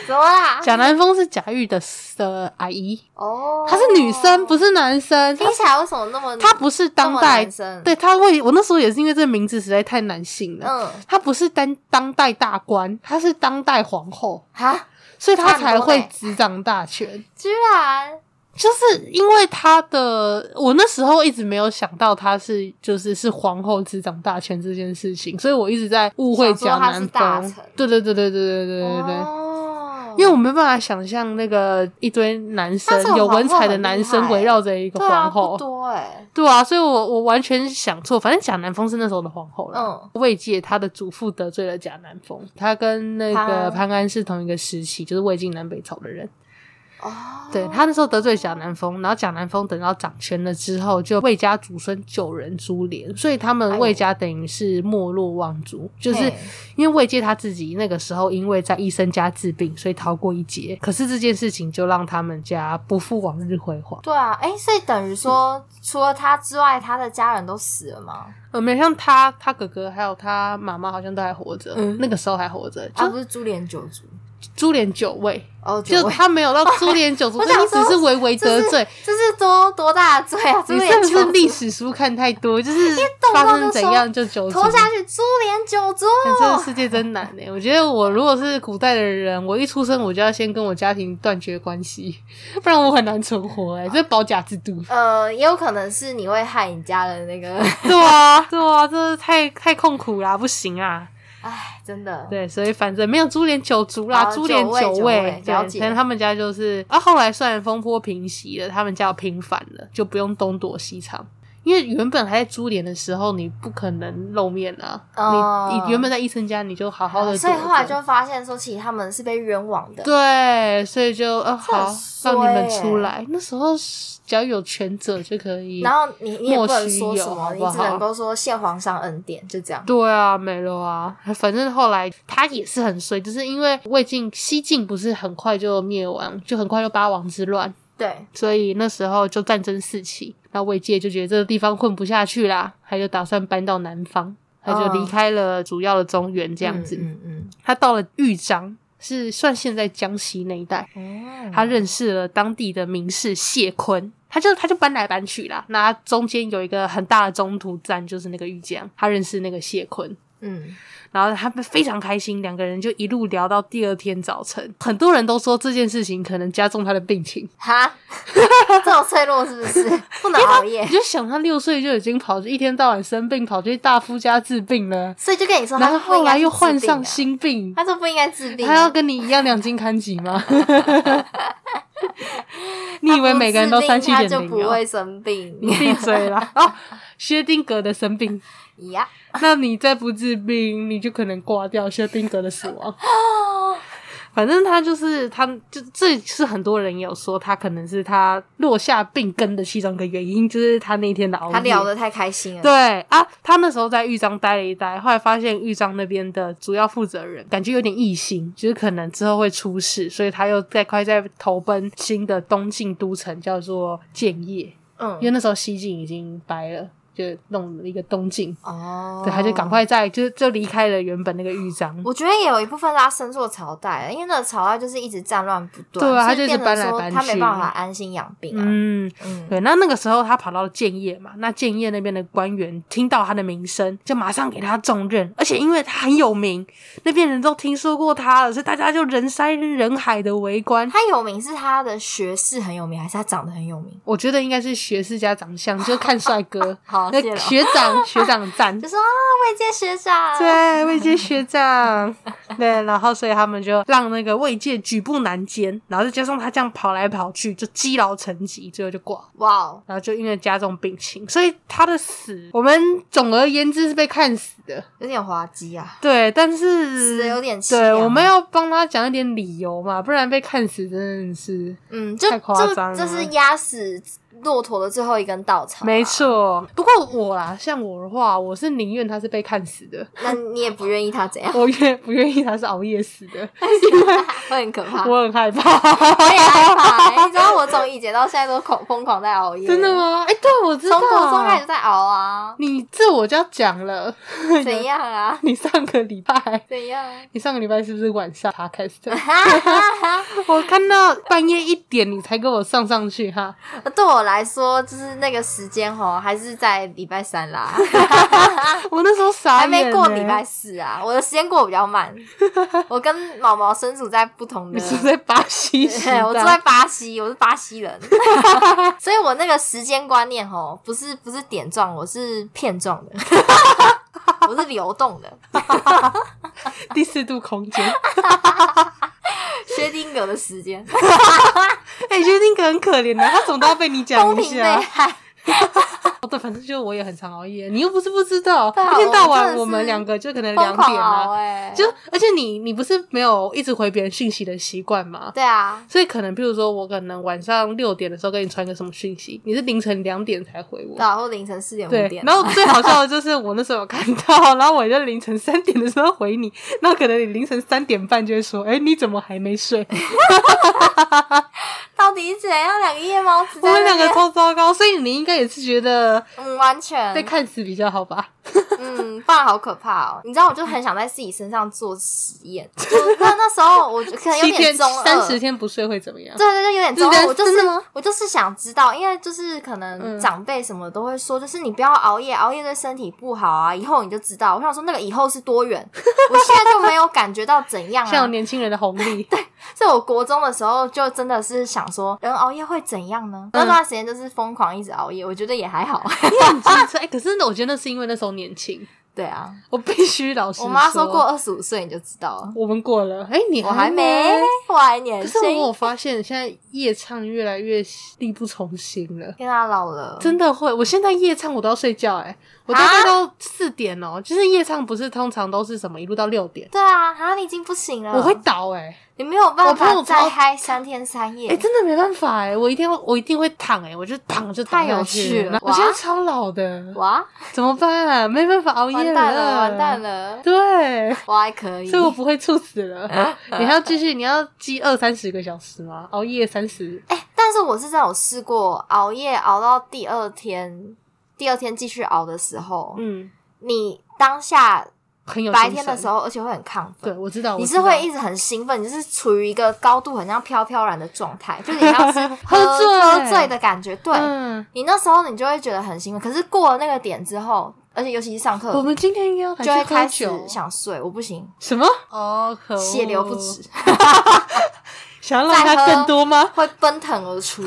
Speaker 4: 怎么啦？
Speaker 3: 贾南风是贾玉的的阿姨，
Speaker 4: 哦，
Speaker 3: 她是女生，不是男生，
Speaker 4: 听起来为什么那么
Speaker 3: 他不是当
Speaker 4: 哦这么
Speaker 3: 代
Speaker 4: 男生
Speaker 3: 对他为我那时候也是因为这名字实在太男性了。
Speaker 4: 嗯
Speaker 3: 他不是当当代大官，他是当代皇后，
Speaker 4: 啊，
Speaker 3: 所以他
Speaker 4: 差很多
Speaker 3: 才会
Speaker 4: 嘞
Speaker 3: 执掌大权。
Speaker 4: 居然
Speaker 3: 就是因为他的，我那时候一直没有想到他是就是是皇后执掌大权这件事情，所以我一直在误会
Speaker 4: 想说
Speaker 3: 贾
Speaker 4: 他是
Speaker 3: 南
Speaker 4: 大
Speaker 3: 风
Speaker 4: 臣。
Speaker 3: 对对对对对对对对对。
Speaker 4: 哦，
Speaker 3: 因为我没办法想象那个一堆男生
Speaker 4: 但是
Speaker 3: 有
Speaker 4: 皇
Speaker 3: 文
Speaker 4: 后
Speaker 3: 采的
Speaker 4: 很厉
Speaker 3: 男生
Speaker 4: 害
Speaker 3: 围绕着一个
Speaker 4: 对
Speaker 3: 皇
Speaker 4: 啊不
Speaker 3: 后，
Speaker 4: 多哎，
Speaker 3: 对啊，所以我我完全想错，反正贾南风是那时候的皇后了。
Speaker 4: 嗯
Speaker 3: 魏界他的祖父得罪了贾南风，他跟那个
Speaker 4: 潘
Speaker 3: 潘安是同一个时期，就是魏晋南北朝的人。
Speaker 4: 哦，
Speaker 3: 对他那时候得罪贾南风，然后贾南风等到掌权了之后，就魏家祖孙九人株连，所以他
Speaker 4: 哎
Speaker 3: 们
Speaker 4: 呦
Speaker 3: 魏家等于是没落望族，就是
Speaker 4: 嘿
Speaker 3: 因为魏界他自己那个时候因为在医生家治病，所以逃过一劫。可是这件事情就让他们家不复往日辉煌。
Speaker 4: 对啊，哎，所以等于
Speaker 3: 嗯
Speaker 4: 说除了他之外，他的家人都死了吗？
Speaker 3: 呃，没有像他，他哥哥还有他妈妈好像都还活着，
Speaker 4: 嗯
Speaker 3: 那个时候还活着，就
Speaker 4: 啊，不是株连九族
Speaker 3: 株连九位，
Speaker 4: 哦，九
Speaker 3: 就
Speaker 4: 位
Speaker 3: 他没有到株连九族，
Speaker 4: *laughs* 我
Speaker 3: 但你
Speaker 4: 想
Speaker 3: 只
Speaker 4: 说
Speaker 3: 是微微得罪。
Speaker 4: *laughs* 这是多多大的罪啊！株
Speaker 3: 你
Speaker 4: 连
Speaker 3: 是不
Speaker 4: 九
Speaker 3: 是
Speaker 4: 族
Speaker 3: 历史书看太多？就是
Speaker 4: 动不
Speaker 3: 发
Speaker 4: 动
Speaker 3: 生
Speaker 4: 就
Speaker 3: 怎
Speaker 4: 说
Speaker 3: 样就九族。嗯
Speaker 4: 拖下去，株连九族。
Speaker 3: 但这个世界真难呢、我觉得我如果是古代的人，我一出生我就要先跟我家庭断绝关系，不然我很难存活哎、这是保甲制度。
Speaker 4: 呃，也有可能是你会害你家人那个，
Speaker 3: 对啊，对啊，这太太痛苦啦，不行啊。
Speaker 4: 哎，真的，
Speaker 3: 对，所以反正没有株连九族啦，
Speaker 4: 好
Speaker 3: 株连
Speaker 4: 哦九位九
Speaker 3: 位
Speaker 4: 位。
Speaker 3: 对，
Speaker 4: 了解
Speaker 3: 反正他们家就是啊，后来虽然风波平息了，他们家有平反了，就不用东躲西藏。因为原本还在株连的时候，你不可能露面啊。
Speaker 4: 哦
Speaker 3: 你你原本在医生家，你就好好的、
Speaker 4: 啊所以后来就发现说，其实他们是被冤枉的。
Speaker 3: 对，所以就呃
Speaker 4: 这很
Speaker 3: 好，
Speaker 4: 衰
Speaker 3: 让你们
Speaker 4: 欸
Speaker 3: 出来。那时候只要有权者就可以。
Speaker 4: 然后你你也不
Speaker 3: 莫
Speaker 4: 能
Speaker 3: 须
Speaker 4: 说
Speaker 3: 有
Speaker 4: 什么，
Speaker 3: 好
Speaker 4: 你
Speaker 3: 不
Speaker 4: 只
Speaker 3: 好
Speaker 4: 能够说谢皇上恩典，就这样。
Speaker 3: 对啊，没了啊。反正后来他也是很衰，就是因为魏晋西晋不是很快就灭亡，就很快就八王之乱，
Speaker 4: 对，
Speaker 3: 所以那时候就战争四起。那魏界就觉得这个地方混不下去啦，他就打算搬到南方，他就离
Speaker 4: 嗯
Speaker 3: 开了主要的中原这
Speaker 4: 这
Speaker 3: 样子。
Speaker 4: 嗯嗯
Speaker 3: 他到了豫章，是算现在江西那一带。
Speaker 4: 嗯，
Speaker 3: 他认识了当地的名士谢坤，他就他就搬来搬去啦。那他中间有一个很大的中途站，就是那个豫江，他认识那个谢坤。
Speaker 4: 嗯，
Speaker 3: 然后他们非常开心，两个人就一路聊到第二天早晨。很多人都说这件事情可能加重他的病
Speaker 4: *laughs*
Speaker 3: 情，
Speaker 4: 哈，这么脆弱是不
Speaker 3: *laughs*
Speaker 4: 是？不能熬夜
Speaker 3: 你，就想他六岁就已经跑去一天到晚生病，跑去大夫家治病了，
Speaker 4: 所以就跟你说，
Speaker 3: 然
Speaker 4: 他
Speaker 3: 后
Speaker 4: 就不应
Speaker 3: 后
Speaker 4: 该
Speaker 3: 来
Speaker 4: 去
Speaker 3: 又
Speaker 4: 治
Speaker 3: 患
Speaker 4: 病
Speaker 3: 上
Speaker 4: 啊，
Speaker 3: 心病，
Speaker 4: 他就不应该治病啊，
Speaker 3: 他要跟你一样两斤看几
Speaker 4: *laughs*
Speaker 3: 吗？ *laughs* 你以为每个人都
Speaker 4: 他
Speaker 3: 三
Speaker 4: 不治
Speaker 3: 七
Speaker 4: 病
Speaker 3: 点
Speaker 4: 他就
Speaker 3: 零
Speaker 4: 不
Speaker 3: 哦？
Speaker 4: 会生病 *laughs*
Speaker 3: 你闭嘴啦！哦，薛定谔的生病，
Speaker 4: 呀？
Speaker 3: *laughs* 那你再不治病，你就可能挂掉薛定谔的死
Speaker 4: *laughs*
Speaker 3: 亡。
Speaker 4: 哦
Speaker 3: 反正他就是他，就这是很多人有说他可能是他落下病根的其中一个原因，就是他那天的熬夜。
Speaker 4: 他聊得太开心了，
Speaker 3: 对啊，他那时候在豫章待了一待，后来发现豫章那边的主要负责人感觉有点异心，就是可能之后会出事，所以他又在快在投奔新的东晋都城，叫做建业，因为
Speaker 4: 嗯，
Speaker 3: 那时候西晋已经掰了，就弄了一个东晋。
Speaker 4: 哦，
Speaker 3: 对，他就赶。快在，就是就离开了原本那个豫章。
Speaker 4: 我觉得也有一部分拉伸做朝啊代，因为那个朝代就是一直战乱不断，
Speaker 3: 对啊
Speaker 4: 所
Speaker 3: 他
Speaker 4: 以
Speaker 3: 就一直
Speaker 4: 变成
Speaker 3: 搬来
Speaker 4: 说
Speaker 3: 搬
Speaker 4: 他没
Speaker 3: 去
Speaker 4: 办法安心养病啊。
Speaker 3: 嗯，
Speaker 4: 嗯，
Speaker 3: 对。那那个时候他跑到建业嘛，那建业那边的官员听到他的名声，就马上给他重任，而且因为他很有名，那边人都听说过他了，所以大家就人山人海的围观。
Speaker 4: 他有名是他的学士很有名，还是他长得很有名？。
Speaker 3: 我觉得应该是学士加长相，就看帅哥
Speaker 4: *laughs* 好
Speaker 3: 那
Speaker 4: 谢了
Speaker 3: 学
Speaker 4: *laughs*
Speaker 3: 长学长赞
Speaker 4: 就，说啊，未见学长，
Speaker 3: 对，魏界
Speaker 4: *laughs*
Speaker 3: 学长，对，然后所以他们就让那个魏界举步难艰，然后再加上他这样跑来跑去，就积劳成疾，最后就挂了。
Speaker 4: 哇哦，
Speaker 3: 然后就因为加重病情，所以他的死，我们总而言之是被看死的。
Speaker 4: 有点滑稽啊，
Speaker 3: 对，但
Speaker 4: 死
Speaker 3: 是
Speaker 4: 的有点凄
Speaker 3: 对，
Speaker 4: 凉啊
Speaker 3: 我们要帮他讲一点理由嘛，不然被看死真的是。
Speaker 4: 嗯，就
Speaker 3: 太夸
Speaker 4: 就
Speaker 3: 张了
Speaker 4: 这是压死骆驼的最后一根稻草，
Speaker 3: 没。错，不过我啦，像我的话，我是宁愿他是被看死的，
Speaker 4: 那你也不愿意他
Speaker 3: *laughs*，
Speaker 4: 怎样
Speaker 3: 我愿不愿意他是熬夜死
Speaker 4: *laughs*
Speaker 3: 的，
Speaker 4: 会很可怕。
Speaker 3: 我很害怕。 *laughs*
Speaker 4: 我也害怕、欸你知道我从以前到现在都狂疯狂在熬夜，
Speaker 3: 真的？吗？哎、对，我知道。
Speaker 4: 从国中开始在熬
Speaker 3: *laughs*
Speaker 4: 啊，
Speaker 3: 你这我就要讲了。
Speaker 4: 怎样啊？
Speaker 3: 你上个礼拜，
Speaker 4: 怎样？啊
Speaker 3: 你上个礼拜是不是晚上 podcast？
Speaker 4: 哈哈哈！
Speaker 3: 我看到半夜一点你才给我上上去
Speaker 4: *laughs*
Speaker 3: 哈，
Speaker 4: *laughs* 对我来说，就是那个时间吼，还是在礼拜三
Speaker 3: *laughs*
Speaker 4: 啦，
Speaker 3: 我那时候傻
Speaker 4: 还
Speaker 3: 眼、欸，
Speaker 4: 没过礼拜，四啊。我的时间过得比较慢，我跟毛毛身处在不同的
Speaker 3: 你。是不是在巴西时
Speaker 4: 对
Speaker 3: 代？
Speaker 4: *laughs* 我住在巴西，我是巴西
Speaker 3: *laughs*
Speaker 4: 人， *laughs* 所以我那个时间观念吼，不是不是点状，我是片状
Speaker 3: *laughs*
Speaker 4: 的，我是流动的，
Speaker 3: 第四度空间。
Speaker 4: 薛定谔的时间。
Speaker 3: *laughs* 哎、薛定谔很可怜的、他总都要被你讲
Speaker 4: *laughs* 公
Speaker 3: 一
Speaker 4: 平
Speaker 3: *laughs*
Speaker 4: 被
Speaker 3: 下。
Speaker 4: 害，
Speaker 3: 哦，对，反正就是我也很常熬夜，你又不是不知道，
Speaker 4: 对啊
Speaker 3: 一天到
Speaker 4: 我真的
Speaker 3: 晚
Speaker 4: 是
Speaker 3: 我们两个就可能两
Speaker 4: 疯
Speaker 3: 点
Speaker 4: 狂
Speaker 3: 啊
Speaker 4: 熬，哎、
Speaker 3: 就而且你你不是没有一直回别人讯息的习惯吗？
Speaker 4: 对啊，
Speaker 3: 所以可能，譬如说我可能晚上六点的时候跟你传个什么讯息，你是凌晨两点才回我。
Speaker 4: 然后啊凌晨四点五
Speaker 3: 对
Speaker 4: 点，，
Speaker 3: 然后最好
Speaker 4: *laughs*
Speaker 3: 笑的就是我那时候有看到，然后我就凌晨三点的时候回你，那可能你凌晨三点半就会说，哎，你怎么还没睡？
Speaker 4: 到底是怎样两个夜猫子
Speaker 3: 我
Speaker 4: 在
Speaker 3: 们
Speaker 4: 那
Speaker 3: 两个
Speaker 4: 边？
Speaker 3: 超糟糕，所以你应该也是觉得
Speaker 4: 嗯，完全
Speaker 3: 被看死比较好吧？
Speaker 4: 嗯，不然好可怕哦！你知道，我就很想在自己身上做实验。就那那时候，我可能有
Speaker 3: 七天
Speaker 4: 点中二，
Speaker 3: 三十天不睡会怎么样？
Speaker 4: 对对对，有点中
Speaker 3: 真
Speaker 4: 二。
Speaker 3: 的
Speaker 4: 我就是
Speaker 3: 真的吗
Speaker 4: 我就是想知道，因为就是可能
Speaker 3: 嗯
Speaker 4: 长辈什么都会说，就是你不要熬夜，熬夜对身体不好啊。以后你就知道。我想说，那个以后是多远？ *laughs* 我现在就没有感觉到怎样啊。
Speaker 3: 像年轻人的红
Speaker 4: *laughs*
Speaker 3: 利，
Speaker 4: 所以我国中的时候就真的是想说，人熬夜会怎样呢？
Speaker 3: 嗯
Speaker 4: 那段时间就是疯狂一直熬夜，我觉得也还好。 *laughs*
Speaker 3: 很机车。哎，可是我觉得那是因为那时候年轻，
Speaker 4: 对啊，
Speaker 3: 我必须老实
Speaker 4: 我妈
Speaker 3: 说
Speaker 4: 说过，二十五岁你就知道了，
Speaker 3: 我们过了。哎，你
Speaker 4: 我还没
Speaker 3: 呢，
Speaker 4: 我还年
Speaker 3: 可是
Speaker 4: 轻，
Speaker 3: 我有发现，现在夜唱越来越力不从心了。
Speaker 4: 跟她老了，
Speaker 3: 真的会，我现在夜唱我都要睡觉哎、我大
Speaker 4: 啊
Speaker 3: 概到四点哦、就是夜唱不是通常都是什么一路到六点，
Speaker 4: 对啊，啊你已经不行了，
Speaker 3: 我会倒哎、
Speaker 4: 你没有
Speaker 3: 我
Speaker 4: 办
Speaker 3: 朋友
Speaker 4: 法
Speaker 3: 超
Speaker 4: 再嗨三天三夜，
Speaker 3: 哎、真的没办法哎、我一定要我一定会躺哎、我就躺就躺
Speaker 4: 太有
Speaker 3: 下
Speaker 4: 趣
Speaker 3: 去
Speaker 4: 了
Speaker 3: 然后我
Speaker 4: 哇
Speaker 3: 现在超老的，
Speaker 4: 哇，
Speaker 3: 怎么办啊？没办法熬夜
Speaker 4: 完蛋了，完蛋
Speaker 3: 了，
Speaker 4: 了，
Speaker 3: 对。
Speaker 4: 我还可以
Speaker 3: 所以，我不会猝死了。
Speaker 4: 啊
Speaker 3: 你还要继续，你要积二三十个小时吗？熬夜三十？
Speaker 4: 哎、但是我是真的有试过熬夜熬到第二天，第二天继续熬的时候，
Speaker 3: 嗯，
Speaker 4: 你当下
Speaker 3: 很有
Speaker 4: 白天的时
Speaker 3: 候，
Speaker 4: 候，而且会很亢
Speaker 3: 对
Speaker 4: 奋。
Speaker 3: 我知道，
Speaker 4: 你
Speaker 3: 我知
Speaker 4: 是
Speaker 3: 道
Speaker 4: 会一直很兴奋，你就是处于一个高度很像飘飘然的状态，就
Speaker 3: *laughs*
Speaker 4: 是你要是喝
Speaker 3: 喝醉
Speaker 4: 喝醉的感觉。对、
Speaker 3: 嗯
Speaker 4: 你那时候你就会觉得很兴奋，可是过了那个点之后，而且尤其是上课，
Speaker 3: 我们今天应该要来
Speaker 4: 就会
Speaker 3: 去喝
Speaker 4: 开始
Speaker 3: 酒
Speaker 4: 想睡，我不行，
Speaker 3: 什么？哦，可恶
Speaker 4: 血流不止， *laughs*
Speaker 3: 想要让
Speaker 4: 再
Speaker 3: 它
Speaker 4: 喝
Speaker 3: 更多吗？
Speaker 4: 会奔腾而出。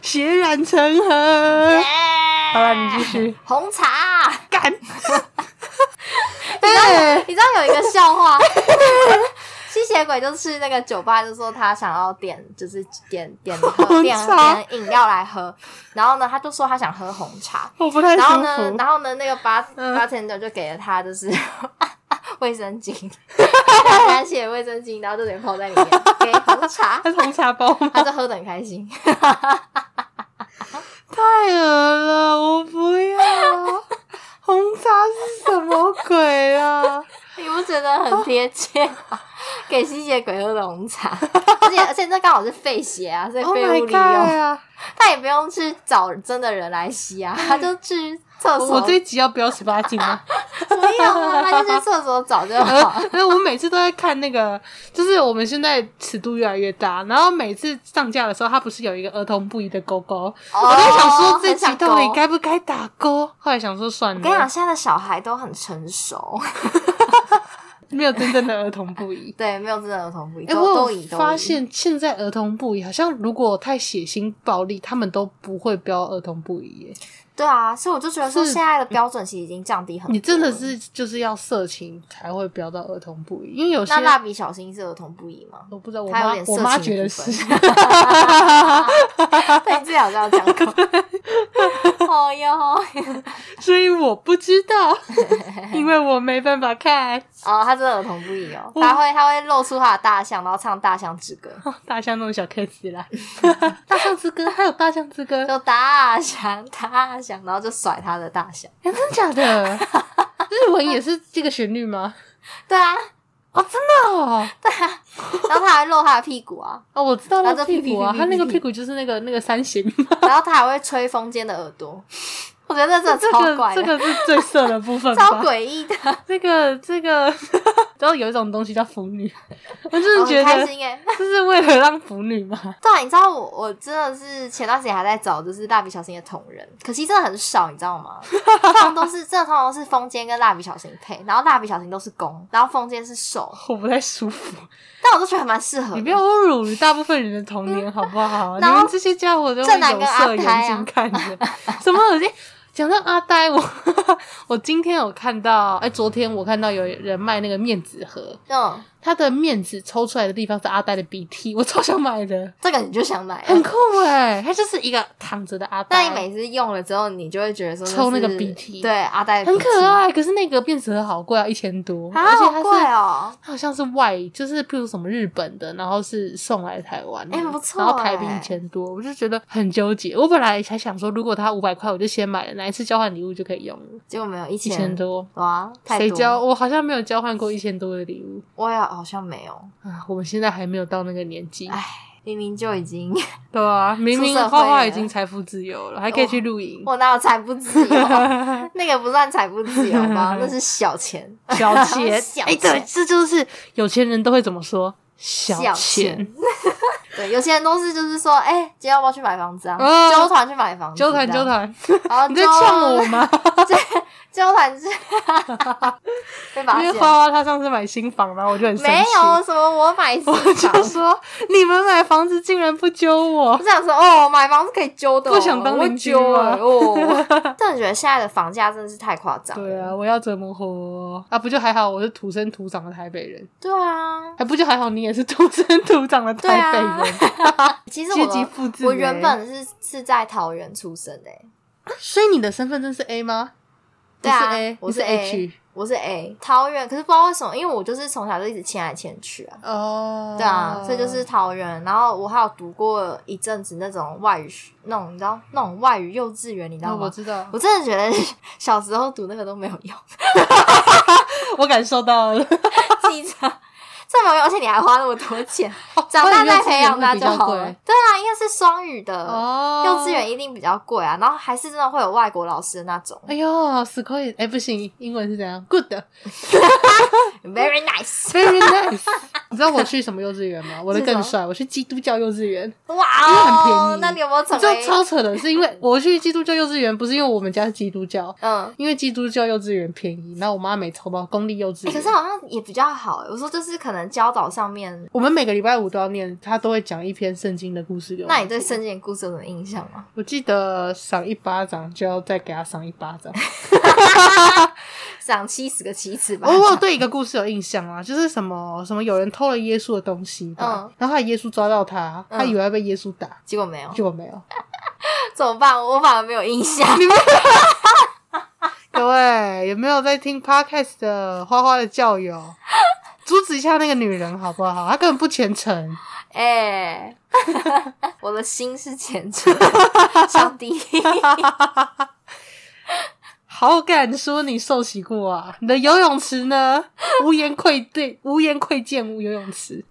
Speaker 3: 血染成河。好了，你继
Speaker 4: *laughs*
Speaker 3: 续
Speaker 4: 红茶，
Speaker 3: 干。哎
Speaker 4: 你知道你知道有一个笑话， *laughs* 吸血鬼就去那个酒吧，就说他想要点就是点点喝
Speaker 3: 红
Speaker 4: 点
Speaker 3: 茶
Speaker 4: 点饮料来喝，然后呢，他就说他想喝红茶，
Speaker 3: 我不太
Speaker 4: 然后
Speaker 3: 舒
Speaker 4: 呢，
Speaker 3: 服。
Speaker 4: 然后呢，那个八
Speaker 3: 嗯
Speaker 4: 八千 r 就给了
Speaker 3: *laughs*
Speaker 4: 他就是卫生巾， *laughs* 他拿起了卫生巾，然后就得泡在里面给红茶
Speaker 3: 它，是红茶包吗？
Speaker 4: *laughs* 他就喝得很开心。
Speaker 3: 太恶了，我不要。红茶是什么鬼
Speaker 4: *laughs*
Speaker 3: 啊？
Speaker 4: 你不觉得
Speaker 3: 哦
Speaker 4: 很贴切吗？ *laughs* 给吸血鬼喝的红茶，
Speaker 3: *laughs*
Speaker 4: 而且而且这刚好是废血啊，所以
Speaker 3: Oh
Speaker 4: 废物
Speaker 3: my
Speaker 4: 利
Speaker 3: god
Speaker 4: 用，
Speaker 3: 啊！
Speaker 4: 他也不用去找真的人来
Speaker 3: *laughs*
Speaker 4: 吸啊，他就去厕所，
Speaker 3: 我这一集要标十八禁吗？
Speaker 4: 不用啊， *laughs* 他就去厕所找就好。
Speaker 3: 因 *laughs* 为我每次都在看那个，就是我们现在尺度越来越大，然后每次上架的时候，它不是有一个儿童不宜的勾勾？我
Speaker 4: 我
Speaker 3: 在想
Speaker 4: 哦
Speaker 3: 说这集到底该不该打勾？后来想说算
Speaker 4: 我跟你讲，
Speaker 3: 了，
Speaker 4: 现在的小孩都很成熟，。
Speaker 3: 没有真正的儿童不宜
Speaker 4: *laughs* 对，没有真的儿童不宜，
Speaker 3: 哎、
Speaker 4: 都都
Speaker 3: 我
Speaker 4: 宜
Speaker 3: 有
Speaker 4: 都
Speaker 3: 发
Speaker 4: 宜
Speaker 3: 现现在儿童不宜好像如果太血腥暴力，他们都不会标儿童不宜耶。
Speaker 4: 对啊，所以我就觉得说
Speaker 3: 是
Speaker 4: 现在的标准其实已经降低很多。
Speaker 3: 你真的？是就是要色情才会标到儿童不宜，因为有些
Speaker 4: 那蜡笔小新是儿童不宜
Speaker 3: *laughs*
Speaker 4: 吗？
Speaker 3: 我不知道我
Speaker 4: 它有
Speaker 3: 妈
Speaker 4: 点色
Speaker 3: 我妈
Speaker 4: 情
Speaker 3: 觉得
Speaker 4: 的部
Speaker 3: 是
Speaker 4: 分。对，你自己好像有讲过。
Speaker 3: *laughs*
Speaker 4: 哦哟，
Speaker 3: 所以我不知 *laughs* 道，因为我没办法看。
Speaker 4: 哦，他真的儿童不宜哦，他会他会露出他的大象，然后唱大象之歌，
Speaker 3: *laughs* 大象那种小 case 啦， *laughs* 大象之歌还有大象之歌，
Speaker 4: 就大象大象，然后就甩他的大象。
Speaker 3: 哎真的假 *laughs* 的？日文也是这个旋律吗？
Speaker 4: 对啊，
Speaker 3: 哦，真的哦，
Speaker 4: 然后他还露他的屁股啊，
Speaker 3: 哦，我知道那个屁股啊，
Speaker 4: 然后就
Speaker 3: 他那
Speaker 4: 屁屁屁屁
Speaker 3: 个屁股就是那个那个三 *laughs* 弦嘛，
Speaker 4: 然后他还会吹风间的耳朵。我觉得
Speaker 3: 这
Speaker 4: 这真的超
Speaker 3: 个
Speaker 4: 怪
Speaker 3: 这
Speaker 4: 的，
Speaker 3: 个是最色的部分
Speaker 4: 超
Speaker 3: 吧？
Speaker 4: 诡异的，
Speaker 3: 这个这个， *laughs* 然后有一种东西叫腐女，我真
Speaker 4: 我
Speaker 3: 的觉
Speaker 4: 很开
Speaker 3: 得
Speaker 4: 心哎。
Speaker 3: 这是为了让腐女嘛，
Speaker 4: 对啊，你知道我我真的是前段时间还在找，就是蜡笔小新的同人，可惜真的很少，你知道吗？通常都是，真的通常都是风间跟蜡笔小新配，然后蜡笔小新都是攻，然后风间是守，
Speaker 3: 我不太舒服。
Speaker 4: 但我都觉得还蛮适合的。
Speaker 3: 你不要侮辱大部分人的童
Speaker 4: *laughs*
Speaker 3: 年好不好？你
Speaker 4: 然后
Speaker 3: 们这些家伙都会
Speaker 4: 正男
Speaker 3: 有
Speaker 4: 跟
Speaker 3: 色
Speaker 4: 阿呆
Speaker 3: 眼
Speaker 4: 啊
Speaker 3: 睛看着，什么恶心。讲到阿呆，我 *laughs* 我今天有看到，哎、昨天我看到有人卖那个面子盒，
Speaker 4: 嗯，
Speaker 3: 它的面子抽出来的地方是阿呆的鼻涕，我超想买
Speaker 4: *laughs*
Speaker 3: 的，
Speaker 4: 这个你就想买
Speaker 3: 很 *laughs*
Speaker 4: 了。
Speaker 3: 酷哎、它就是一个躺着的阿
Speaker 4: 但
Speaker 3: 呆，
Speaker 4: 欸你每次用了之后，你就会觉得说
Speaker 3: 抽那个
Speaker 4: 是
Speaker 3: 鼻涕
Speaker 4: 对阿呆的
Speaker 3: 很
Speaker 4: 鼻涕
Speaker 3: 可爱。可是那个面子盒好贵啊，一千多，
Speaker 4: 啊，
Speaker 3: 而且它
Speaker 4: 好
Speaker 3: 是
Speaker 4: 贵哦。
Speaker 3: 它好像是外，就是譬如什么日本的，然后是送来台湾的，
Speaker 4: 哎不错
Speaker 3: 然后台币
Speaker 4: 哎
Speaker 3: 一千多，我就觉得很纠结。我本来还想说，如果它五百块，我就先买了，哪一次交换礼物就可以用了，
Speaker 4: 结果没有一
Speaker 3: 一
Speaker 4: 千
Speaker 3: 千多。
Speaker 4: 哇，太
Speaker 3: 谁
Speaker 4: 多
Speaker 3: 交？？我好像没有交换过一千多的礼物
Speaker 4: 我也好像没有，
Speaker 3: 啊！我们现在还没有到那个年纪，
Speaker 4: 唉，明明就已经， *laughs*
Speaker 3: 对啊，明明
Speaker 4: 出社
Speaker 3: 花
Speaker 4: 会
Speaker 3: 花
Speaker 4: 了，
Speaker 3: 已经财富自由了，还可以去露营
Speaker 4: 我哪有财不自由？ *laughs* 那个不算财不自由
Speaker 3: *laughs*
Speaker 4: 吧？那是小钱。
Speaker 3: *laughs* 小钱，
Speaker 4: 小
Speaker 3: 哎，对
Speaker 4: 钱，
Speaker 3: 这就是有钱人都会怎么说，小
Speaker 4: 小
Speaker 3: 钱
Speaker 4: 钱。对，有些人都是就是说，哎、今天要不要去买房子啊？
Speaker 3: 啊
Speaker 4: 纠团去买房子，
Speaker 3: 纠团
Speaker 4: 这
Speaker 3: 纠
Speaker 4: 样，
Speaker 3: 团，
Speaker 4: 然后
Speaker 3: 你在呛我吗？
Speaker 4: 纠？纠团是 *laughs* 被发
Speaker 3: 因为
Speaker 4: 现，
Speaker 3: 花花她上次买新房，然后我就很生气，
Speaker 4: 没有什么我买新
Speaker 3: 我
Speaker 4: 房，
Speaker 3: 就说你们买房子竟然不揪我
Speaker 4: 我，想说哦，买房是可以揪的哦、
Speaker 3: 不想当
Speaker 4: 我会
Speaker 3: 邻居
Speaker 4: 揪
Speaker 3: 吗
Speaker 4: 哎哦，
Speaker 3: *laughs*
Speaker 4: *laughs* 真的觉得现在的房价真的是太夸张了。
Speaker 3: 对啊，我要怎么活啊？不就还好，我是土生土长的台北人，
Speaker 4: 对啊，
Speaker 3: 还不就还好，你也是土生土长的台北人，
Speaker 4: *laughs* 其实
Speaker 3: 阶
Speaker 4: 我
Speaker 3: 级
Speaker 4: 的
Speaker 3: 复制。欸
Speaker 4: 我原，本是是在桃园出生的、欸，
Speaker 3: 所以你的身份证是 A 吗？
Speaker 4: 对
Speaker 3: 你是
Speaker 4: 啊
Speaker 3: A，
Speaker 4: 我
Speaker 3: 你是
Speaker 4: 是 A
Speaker 3: H
Speaker 4: 我是 A 桃园，可是不知道为什么，因为我就是从小就一直迁来迁去啊。
Speaker 3: 哦，
Speaker 4: 对啊，所以就是桃园，然后我还有读过一阵子那种外语学，那种你知道那种外语幼稚园，你知
Speaker 3: 那
Speaker 4: 道吗？
Speaker 3: 我知道
Speaker 4: 我，真的觉得 *laughs* 小时候读那个都没有用，
Speaker 3: 我感受到
Speaker 4: *laughs*
Speaker 3: 了。
Speaker 4: 记着这没有用，而且你还花那么多
Speaker 3: *laughs*
Speaker 4: 钱，
Speaker 3: 哦
Speaker 4: 长大再培养他就好了。对啊，因为是双语的，
Speaker 3: 哦，
Speaker 4: 呃幼稚园一定比较贵啊，然后还是真的会有外国老师的那种
Speaker 3: 哎呦，死可以，哎，不行，英文是怎样？Good，very
Speaker 4: ，very nice。
Speaker 3: nice。你知道我去什么幼稚园吗？
Speaker 4: *laughs*
Speaker 3: 我的
Speaker 4: 是什
Speaker 3: 更
Speaker 4: 么
Speaker 3: 帅，我去基督教幼稚园。
Speaker 4: 哇
Speaker 3: 因为很
Speaker 4: 哦
Speaker 3: 便宜，
Speaker 4: 那你有没有
Speaker 3: 你
Speaker 4: 成
Speaker 3: 知道
Speaker 4: 为？
Speaker 3: 超扯的是，因为我去基督教幼稚园，不是因为我们家是基督教，
Speaker 4: 嗯，
Speaker 3: 因为基督教幼稚园便宜，然后我妈没抽到公立幼稚
Speaker 4: 欸
Speaker 3: 园。
Speaker 4: 可是好像也比较好欸。我说就是可能教导上面，
Speaker 3: 我们每个礼拜五都要念，她都会讲一篇圣经的故事给我们
Speaker 4: 那你对圣经的故事有什么印象吗？
Speaker 3: 我记得赏一巴掌就要再给他赏一巴
Speaker 4: *laughs*
Speaker 3: 掌。
Speaker 4: 赏七十个奇耻吧
Speaker 3: 哦我。我有对一个故事有印象啊，就是什么什么有人偷了耶稣的东西吧，
Speaker 4: 嗯
Speaker 3: 然后他耶稣抓到他，他
Speaker 4: 嗯
Speaker 3: 以为要被耶稣打，
Speaker 4: *laughs* 结果没有，
Speaker 3: 结果没有。
Speaker 4: 怎么办？我反而没有印象。
Speaker 3: *laughs* 各位有没有在听 podcast 的花花的教友， *laughs* 阻止一下那个女人好不好？她根本不虔诚。
Speaker 4: 哎、 *laughs* 我的心是虔诚的，上帝。
Speaker 3: 好敢说你受洗过啊！你的游泳池呢？无言愧对， *laughs* 无言愧见无游泳 *laughs* 池。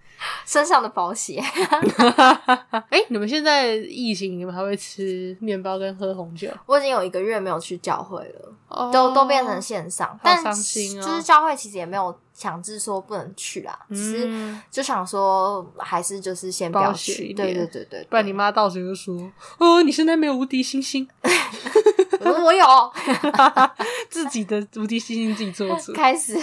Speaker 4: 身上的保险， *laughs*
Speaker 3: 哎、你们现在疫情，你们还会吃面包跟喝红酒？
Speaker 4: 我已经有一个月没有去教会了，
Speaker 3: 哦
Speaker 4: 都都变成线上。但
Speaker 3: 伤心哦
Speaker 4: 就是教会其实也没有强制说不能去啦，只是
Speaker 3: 嗯，
Speaker 4: 就想说还是就是先不
Speaker 3: 保
Speaker 4: 要
Speaker 3: 险
Speaker 4: 去。
Speaker 3: 一
Speaker 4: 对
Speaker 3: 点
Speaker 4: 对对对，
Speaker 3: 不然你妈到时候就说：“哦，你现在没有无敌星星，
Speaker 4: 我说我有
Speaker 3: *laughs* 自己的无敌星星自己做
Speaker 4: *laughs*
Speaker 3: 主。
Speaker 4: 开始”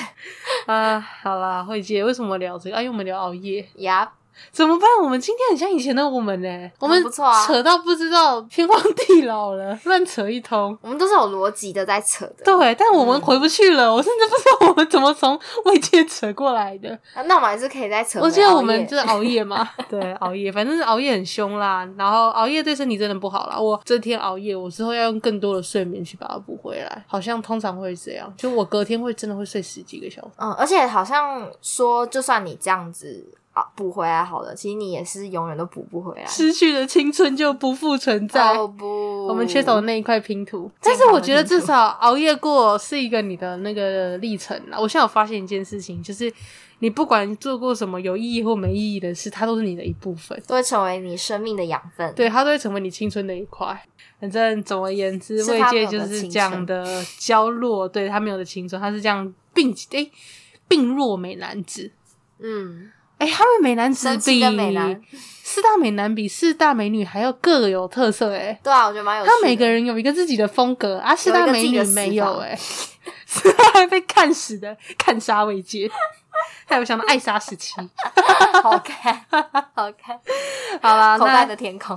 Speaker 3: 啊，好啦，慧姐，为什么聊这个？啊，因为我们聊熬夜，
Speaker 4: 呀，
Speaker 3: 怎么办？我们今天很像以前的我们呢、我们
Speaker 4: 不错啊
Speaker 3: 扯到不知道天荒地老了，乱扯一通。 *laughs*
Speaker 4: 我们都是有逻辑的在扯的。
Speaker 3: 对，但我们
Speaker 4: 嗯
Speaker 3: 回不去了，我甚至不知道我们怎么从慰藉扯过来
Speaker 4: *laughs*
Speaker 3: 的。
Speaker 4: 啊那我们还是可以再扯回熬
Speaker 3: 我
Speaker 4: 夜。
Speaker 3: 记得我们就是熬夜嘛，
Speaker 4: *laughs*
Speaker 3: 对，熬夜，反正熬夜很凶啦。然后熬夜对身体真的不好啦。我这天熬夜，我之后要用更多的睡眠去把它补回来。好像通常会这样，就我隔天会真的会睡十几
Speaker 4: *laughs*
Speaker 3: 个小时。
Speaker 4: 嗯，而且好像说，就算你这样子啊补回来好了，其实你也是永远都补不回来。
Speaker 3: 失去的青春就不复存在。
Speaker 4: 啊哦不，
Speaker 3: 我们缺少那一块拼图，但
Speaker 4: 健康
Speaker 3: 是
Speaker 4: 的
Speaker 3: 我觉得
Speaker 4: 拼图
Speaker 3: 至少熬夜过是一个你的那个历程啦。我现在有发现一件事情，就是你不管做过什么有意义或没意义的事，它都是你的一部分。
Speaker 4: 都会成为你生命的养分。，
Speaker 3: 对，它都会成为你青春的一块。反正总而言之，
Speaker 4: 是
Speaker 3: 慰
Speaker 4: 它
Speaker 3: 藉
Speaker 4: 没有
Speaker 3: 就
Speaker 4: 的
Speaker 3: 是
Speaker 4: 青
Speaker 3: 这样
Speaker 4: 春
Speaker 3: 的娇弱，对他没有的青春，他是这样病诶、病弱美男子。
Speaker 4: 嗯，
Speaker 3: 哎、他们美男子
Speaker 4: 神奇
Speaker 3: 比
Speaker 4: 的美男
Speaker 3: 四大美男比四大美女还要各有特色哎、
Speaker 4: 对啊，我觉得蛮有趣
Speaker 3: 他
Speaker 4: 的。
Speaker 3: 每个人有一个自己的风格啊，四
Speaker 4: 有一
Speaker 3: 大
Speaker 4: 个
Speaker 3: 美
Speaker 4: 自己
Speaker 3: 女
Speaker 4: 的
Speaker 3: 没
Speaker 4: 死
Speaker 3: 有
Speaker 4: 法
Speaker 3: 哎、 *laughs* 是他还被看死的，看杀未接， *laughs* 还有想到爱杀时期。 *laughs*
Speaker 4: 好看， *laughs* 好看，
Speaker 3: 好啦，
Speaker 4: *laughs* 口
Speaker 3: 那
Speaker 4: 袋的
Speaker 3: *laughs*
Speaker 4: 天空。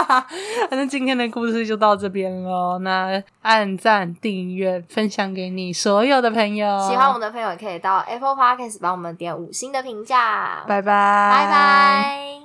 Speaker 3: 反正今天的故事就到这边喽。那按赞、订阅、分享给你所有的朋友。
Speaker 4: 喜欢我们，的朋友也可以到 Apple Podcast 帮我们点五星的评价。
Speaker 3: 拜拜，
Speaker 4: 拜。拜。